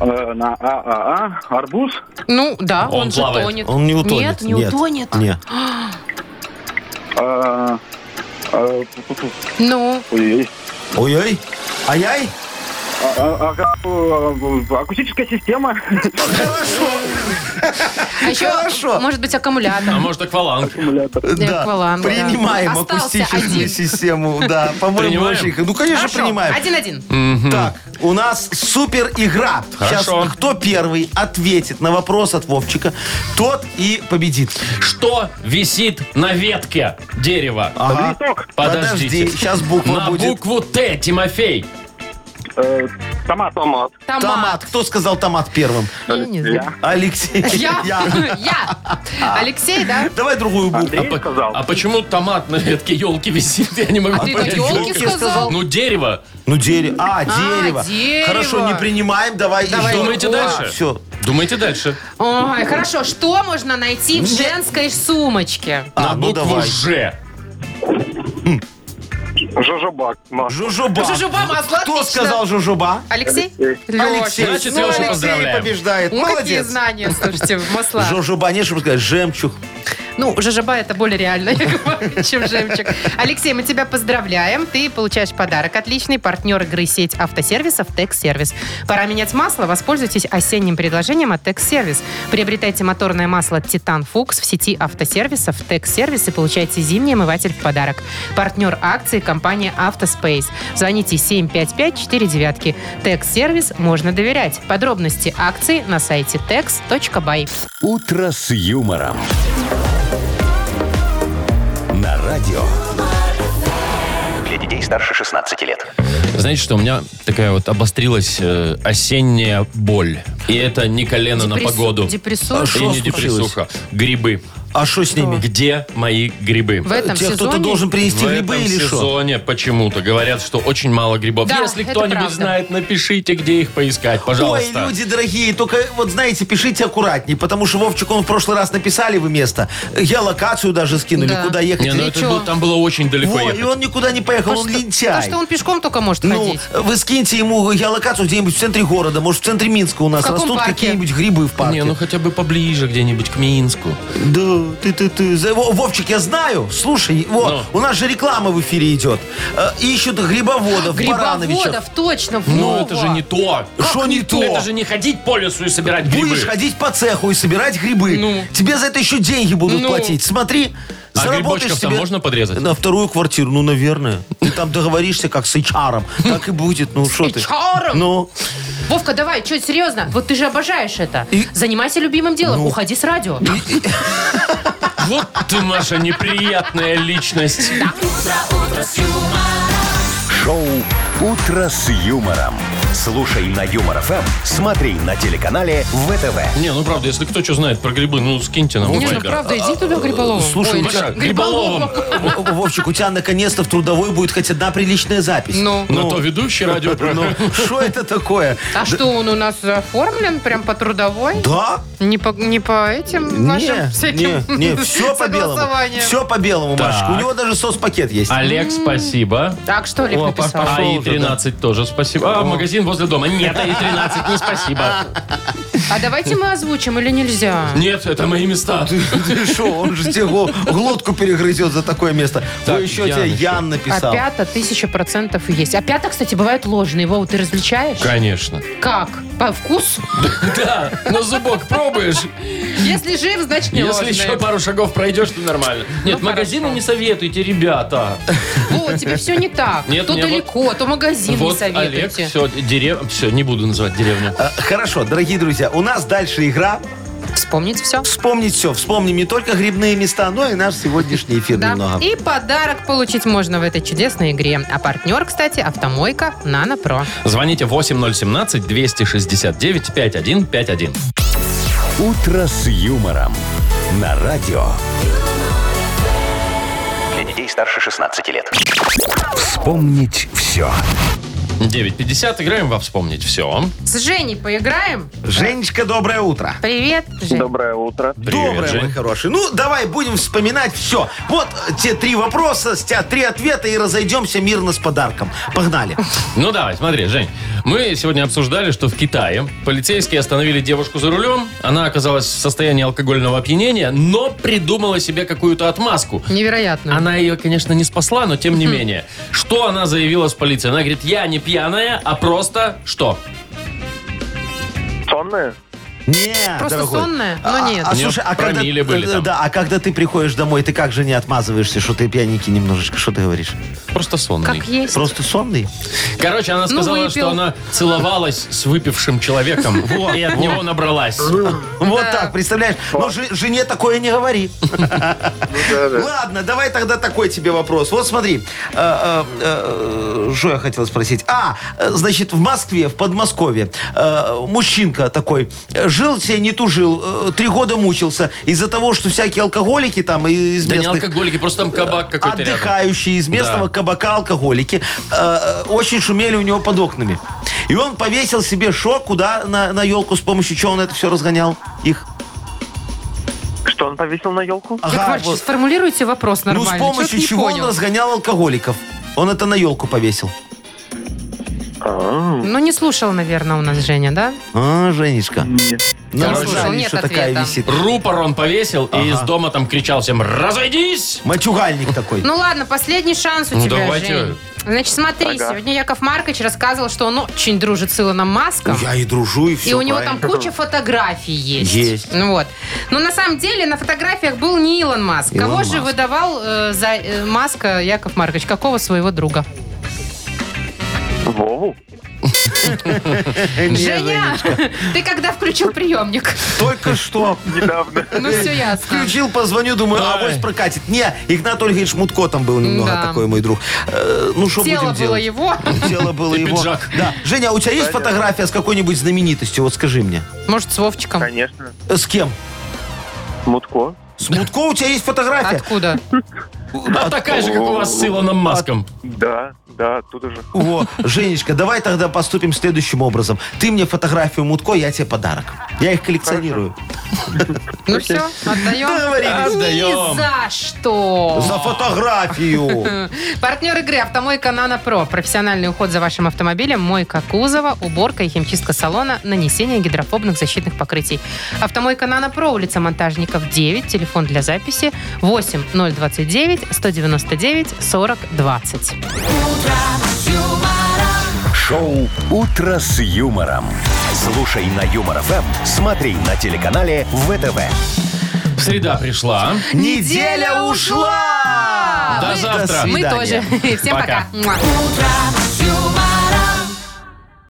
S6: Э, На ААА. Арбуз.
S3: Ну, да,
S2: Он
S3: он, же
S2: плавает.
S3: тонет.
S4: Он не
S3: Нет,
S4: утонет.
S3: не утонет.
S4: Нет.
S6: Э, э, пу-пу-пу.
S3: Ну,
S6: Ой-ой.
S4: Ой-ой. Ай-яй.
S6: А- а- ага, э, Акустическая система.
S3: а еще,
S4: Хорошо.
S3: может быть, аккумулятор.
S2: А может, акваланг?
S3: акваланг, да.
S4: Принимаем
S3: Остался один.
S4: акустическую систему. Да, по-моему,
S2: Принимаем?
S4: очень- Ну, конечно,
S3: Хорошо.
S4: принимаем.
S3: Один-один.
S4: Так, у нас супер игра.
S2: Хм. Хорошо.
S4: Сейчас кто первый ответит на вопрос от Вовчика, тот и победит.
S2: Что висит на ветке дерева?
S4: Ага.
S6: Листок.
S2: Подождите.
S4: А, Подожди, сейчас буква
S2: на
S4: будет.
S2: букву Т, Тимофей.
S6: Э, Томат. Томат.
S3: Томат.
S4: Томат. Кто сказал томат первым?
S3: Я не знаю.
S4: Алексей.
S3: Я? Я. Алексей, да?
S4: Давай другую букву.
S6: Андрей
S2: по-
S6: сказал.
S2: а почему томат на ветке елки висит? Я не могу
S3: А Ты
S2: понять.
S3: так елки
S4: елки
S3: сказал.
S2: Ну, дерево.
S4: Ну, дерево. А, дерево.
S3: дерево.
S4: Хорошо, не принимаем, давай.
S3: Давай.
S2: Думайте дальше.
S4: Все.
S2: Думайте дальше.
S3: Ой, хорошо. Что можно найти в
S4: Нет.
S3: женской сумочке?
S2: на
S4: А, ну
S2: букву
S4: давай.
S2: Ж. а
S6: Жожобак. Маш.
S4: Жужуба.
S3: Жужуба, масло,
S4: Ну, Кто
S3: отлично.
S4: сказал жужуба?
S3: Алексей?
S4: Алексей.
S3: Лёша.
S2: Значит,
S4: Ну,
S2: Лёшу
S4: Алексей
S2: поздравляем.
S4: побеждает.
S3: Ну, какие
S4: Молодец.
S3: знания, слушайте, в маслах.
S4: Жужуба, не чтобы сказать, жемчуг.
S3: Ну, жажаба это более реально, Яков Маркович, чем жемчуг. Алексей, мы тебя поздравляем. Ты получаешь подарок. Отличный партнер игры сеть автосервисов «Текс-сервис». Пора менять масло. Воспользуйтесь осенним предложением от «Текс-сервис». Приобретайте моторное масло «Титан Фукс» в сети автосервисов «Текс-сервис» и получайте зимний омыватель в подарок. Партнер акции – компания «Автоспейс». Звоните 755-49. «Текс-сервис» можно доверять. Подробности акции на сайте tex.by.
S1: «Утро с юмором». На радио.
S5: Для детей старше 16 лет.
S2: Знаете что, у меня такая вот обострилась э, осенняя боль. И это не колено на
S3: Депрессу-
S2: погоду.
S3: депрессуха.
S2: И не
S4: Что
S2: депрессуха. Грибы.
S4: А что с ними?
S2: Где мои грибы?
S3: В этом
S4: Тебе кто-то
S3: сезоне
S4: должен принести
S2: В
S4: грибы
S2: этом
S4: или что?
S2: сезоне почему-то говорят, что очень мало грибов.
S3: Да,
S2: Если
S3: это
S2: кто-нибудь
S3: правда.
S2: знает, напишите, где их поискать,
S4: Ой,
S2: пожалуйста.
S4: люди дорогие, только вот знаете, пишите аккуратней, потому что Вовчик, он в прошлый раз написали вы место. Я локацию даже скинули,
S3: Да.
S4: куда ехать.
S2: Не, ну
S3: И
S2: это
S3: чё?
S2: было- там было очень далеко
S4: Во,
S2: ехать.
S4: и он никуда не поехал, он
S3: Потому что-
S4: лентяй.
S3: Потому что он пешком только может
S4: Ну,
S3: ходить.
S4: вы скиньте ему геолокацию где-нибудь в центре города. Может, в центре Минска у нас
S3: В каком
S4: растут
S3: парке?
S2: ну
S4: какие-нибудь грибы в парке.
S2: Не, ну хотя бы поближе где-нибудь к Минску.
S4: Да. э, ты, ты, ты, за- Во- Вовчик, я знаю. Слушай, вот, у нас же реклама в эфире идет. Э, Ищут грибоводов, барановичев.
S3: Грибоводов, точно,
S2: Ну,
S3: Вова.
S2: это же не то.
S4: Что не то?
S2: Это же не ходить по лесу и собирать грибы.
S4: Будешь ходить по цеху и собирать грибы.
S3: Ну.
S4: Тебе за это еще деньги будут
S3: Ну.
S4: платить. Смотри,
S2: А
S4: заработаешь
S2: грибочков там
S4: себе
S2: можно подрезать?
S4: на вторую квартиру. Ну, наверное. Ты там договоришься как с HR. Так и будет. Ну, что ты?
S3: HR?
S4: Ну,
S3: Вовка, давай, что, серьезно? Вот ты же обожаешь это.
S4: И-
S3: Занимайся любимым делом,
S4: Ну.
S3: уходи с радио.
S2: Вот ты, наша неприятная личность.
S1: Шоу «Утро с юмором». Слушай на Юмор ФМ, смотри на телеканале ВТВ.
S2: Не, ну правда, если кто что знает про грибы, ну скиньте нам в
S3: Не, ну
S2: Viber.
S3: правда, иди туда, Гриболова.
S4: Э, слушай, у тебя-
S2: Гриболовым.
S4: О, Вовчик, у тебя наконец-то в трудовой будет хоть одна приличная запись. Ну,
S3: Ну.
S2: На то ведущий радиопрограммы.
S4: Что это такое?
S3: А что, он у нас оформлен прям по трудовой?
S4: Да?
S3: Не по, не по этим вашим всяким
S4: не, не, все по белому.
S3: согласованиям?
S4: Все по белому,
S2: Так. А,
S4: Машечка. У него даже соцпакет есть.
S2: Олег, спасибо.
S3: Так, что Олег
S4: О,
S3: написал?
S4: пошла.
S2: А
S4: Пошел
S2: и
S4: уже,
S2: 13 тоже спасибо. А, магазин возле дома. Нет, и 13 не спасибо.
S3: А давайте мы озвучим или нельзя?
S2: Нет, это мои места.
S4: Ты что, он же тебе гл- глотку перегрызет за такое место.
S2: Так,
S4: Во, еще
S2: Ян
S4: тебе
S2: еще.
S4: Ян написал.
S3: Опята А тысяча процентов есть. Опята, кстати, бывают ложные. Вова, ты различаешь?
S2: Конечно.
S3: Как? По вкусу?
S2: Да, на зубок пробуешь.
S3: Если жив, значит не
S2: Если
S3: ложные.
S2: еще пару шагов пройдешь, то нормально. Нет, магазины не советуйте, ребята.
S3: Вот, тебе все не так.
S2: Нет,
S3: то
S2: мне
S3: далеко, то магазин не
S2: Вот Олег,
S3: советуйте.
S2: все, дерев... Все, не буду называть деревню.
S4: А, Хорошо, дорогие друзья, у нас дальше игра
S3: Вспомнить все.
S4: «Вспомнить все». Вспомним не только грибные места, но и наш сегодняшний эфир
S3: Да.
S4: немного.
S3: И подарок получить можно в этой чудесной игре. А партнер, кстати, автомойка «Нано Про».
S2: Звоните 8017-269-5151.
S1: «Утро с юмором» на радио.
S5: Для детей старше 16 лет.
S1: Вспомнить все.
S2: 9.50. Играем во «Вспомнить все».
S3: С Женей поиграем.
S4: Женечка, доброе утро.
S3: Привет, Жень.
S6: Доброе утро.
S2: Привет,
S4: Доброе,
S2: Жень.
S4: мой хороший. Ну, давай будем вспоминать все. Вот э, те три вопроса, с тебя три ответа и разойдемся мирно с подарком. Погнали.
S2: Ну давай, смотри, Жень. Мы сегодня обсуждали, что в Китае полицейские остановили девушку за рулем. Она оказалась в состоянии алкогольного опьянения, но придумала себе какую-то отмазку.
S3: Невероятно.
S2: Она ее, конечно, не спасла, но тем не менее. Что она заявила с полицией? Она говорит, я не пьяная, а просто что?
S6: Сонная?
S4: Не,
S3: Просто
S4: дорогой.
S3: сонная? Ну,
S4: А-
S3: нет.
S4: А,
S2: Нет,
S4: слушай, а когда,
S2: промилле были
S4: э,
S2: там.
S4: да, а когда ты приходишь домой, ты как же не отмазываешься, что ты пьяненький немножечко, что ты говоришь?
S2: Просто сонный.
S3: Как есть.
S4: Просто сонный?
S2: Короче, она
S3: Ну,
S2: сказала,
S3: выпил.
S2: что она целовалась с выпившим человеком и от него набралась.
S4: Вот так, представляешь? Но же- жене такое не говори. Ладно, давай тогда такой тебе вопрос. Вот смотри, э, э, э, что я хотел спросить. А, э, значит, в Москве, в Подмосковье, э, мужчинка такой, э, жил себе, не тужил, э, три года мучился из-за того, что всякие алкоголики там из
S2: Да А не
S4: местных...
S2: алкоголики, просто там кабак какой-то рядом.
S4: отдыхающие из местного
S2: Да.
S4: кабака алкоголики э, э, очень шумели у него под окнами. И он повесил себе шо, куда на, на елку, с помощью чего он это все разгонял их.
S6: Что он повесил на елку?
S3: Яков Маркович,
S4: вот.
S3: сформулируйте вопрос
S4: Ну,
S3: нормально.
S4: с
S3: Чё-то
S4: помощью
S3: не
S4: чего он
S3: понял.
S4: разгонял алкоголиков? Он это на елку повесил.
S3: Ну, не слушал, наверное, у нас Женя, да?
S4: А, Женечка.
S3: Не
S4: На
S3: слушал, нет
S4: что такая
S3: ответа.
S4: висит.
S2: Рупор он повесил и из дома там кричал всем «Разойдись!»
S4: Мачугальник такой.
S3: Ну ладно, последний шанс у
S2: Ну,
S3: тебя,
S2: давайте.
S3: Жень. Значит, смотри, сегодня Яков Маркович рассказывал, что он очень дружит с Илоном Маском.
S4: Я и дружу, и все.
S3: Ну, И у него там куча фотографий есть.
S4: Есть.
S3: Ну вот. Но на самом деле на фотографиях был не Илон Маск.
S4: Илон
S3: Кого же
S4: Маск.
S3: выдавал э, за э, Маска Яков Маркович? Какого своего друга?
S6: Вову?
S4: Э,
S3: Женя, ты когда включил приемник?
S4: Только что.
S6: Недавно.
S3: Ну все ясно.
S4: Включил, позвоню, думаю, а
S2: Ай.
S4: авось прокатит. Не, Игнат Ольгович Мутко там был немного
S3: Да.
S4: такой, мой друг. Э, Ну, что
S3: Тело
S4: будем
S3: было
S4: делать? Ну,
S3: его.
S4: Тело было
S2: И
S4: его.
S2: пиджак.
S4: Да. Женя, а у тебя есть фотография с какой-нибудь знаменитостью? Вот скажи мне.
S3: Может, с Вовчиком.
S6: Конечно.
S4: Э, С кем?
S6: Мутко?
S4: С Мутко у тебя есть фотография?
S3: Откуда?
S2: А такая же, как у вас с Илоном Маском.
S6: Да, да, оттуда же.
S4: Во, Женечка, давай тогда поступим следующим образом. Ты мне фотографию Мутко, я тебе подарок. Я их коллекционирую.
S3: Ну все, отдаем.
S4: Договорились.
S3: Ни
S2: Отдаем.
S3: за что.
S4: За фотографию.
S3: Партнер игры «Автомойка Нано Про». Профессиональный уход за вашим автомобилем, мойка кузова, уборка и химчистка салона, нанесение гидрофобных защитных покрытий. «Автомойка Нано Про», улица Монтажников, 9, телефон для записи 8029-199-4020.
S1: Шоу «Утро с юмором». Слушай на Юмор ФМ, смотри на телеканале ВТВ.
S2: Среда пришла. а?
S4: Неделя ушла!
S2: До
S4: Мы-
S2: завтра.
S3: Мы тоже.
S4: свидания.
S3: Всем
S2: Пока.
S3: пока. Муа.
S7: Утро с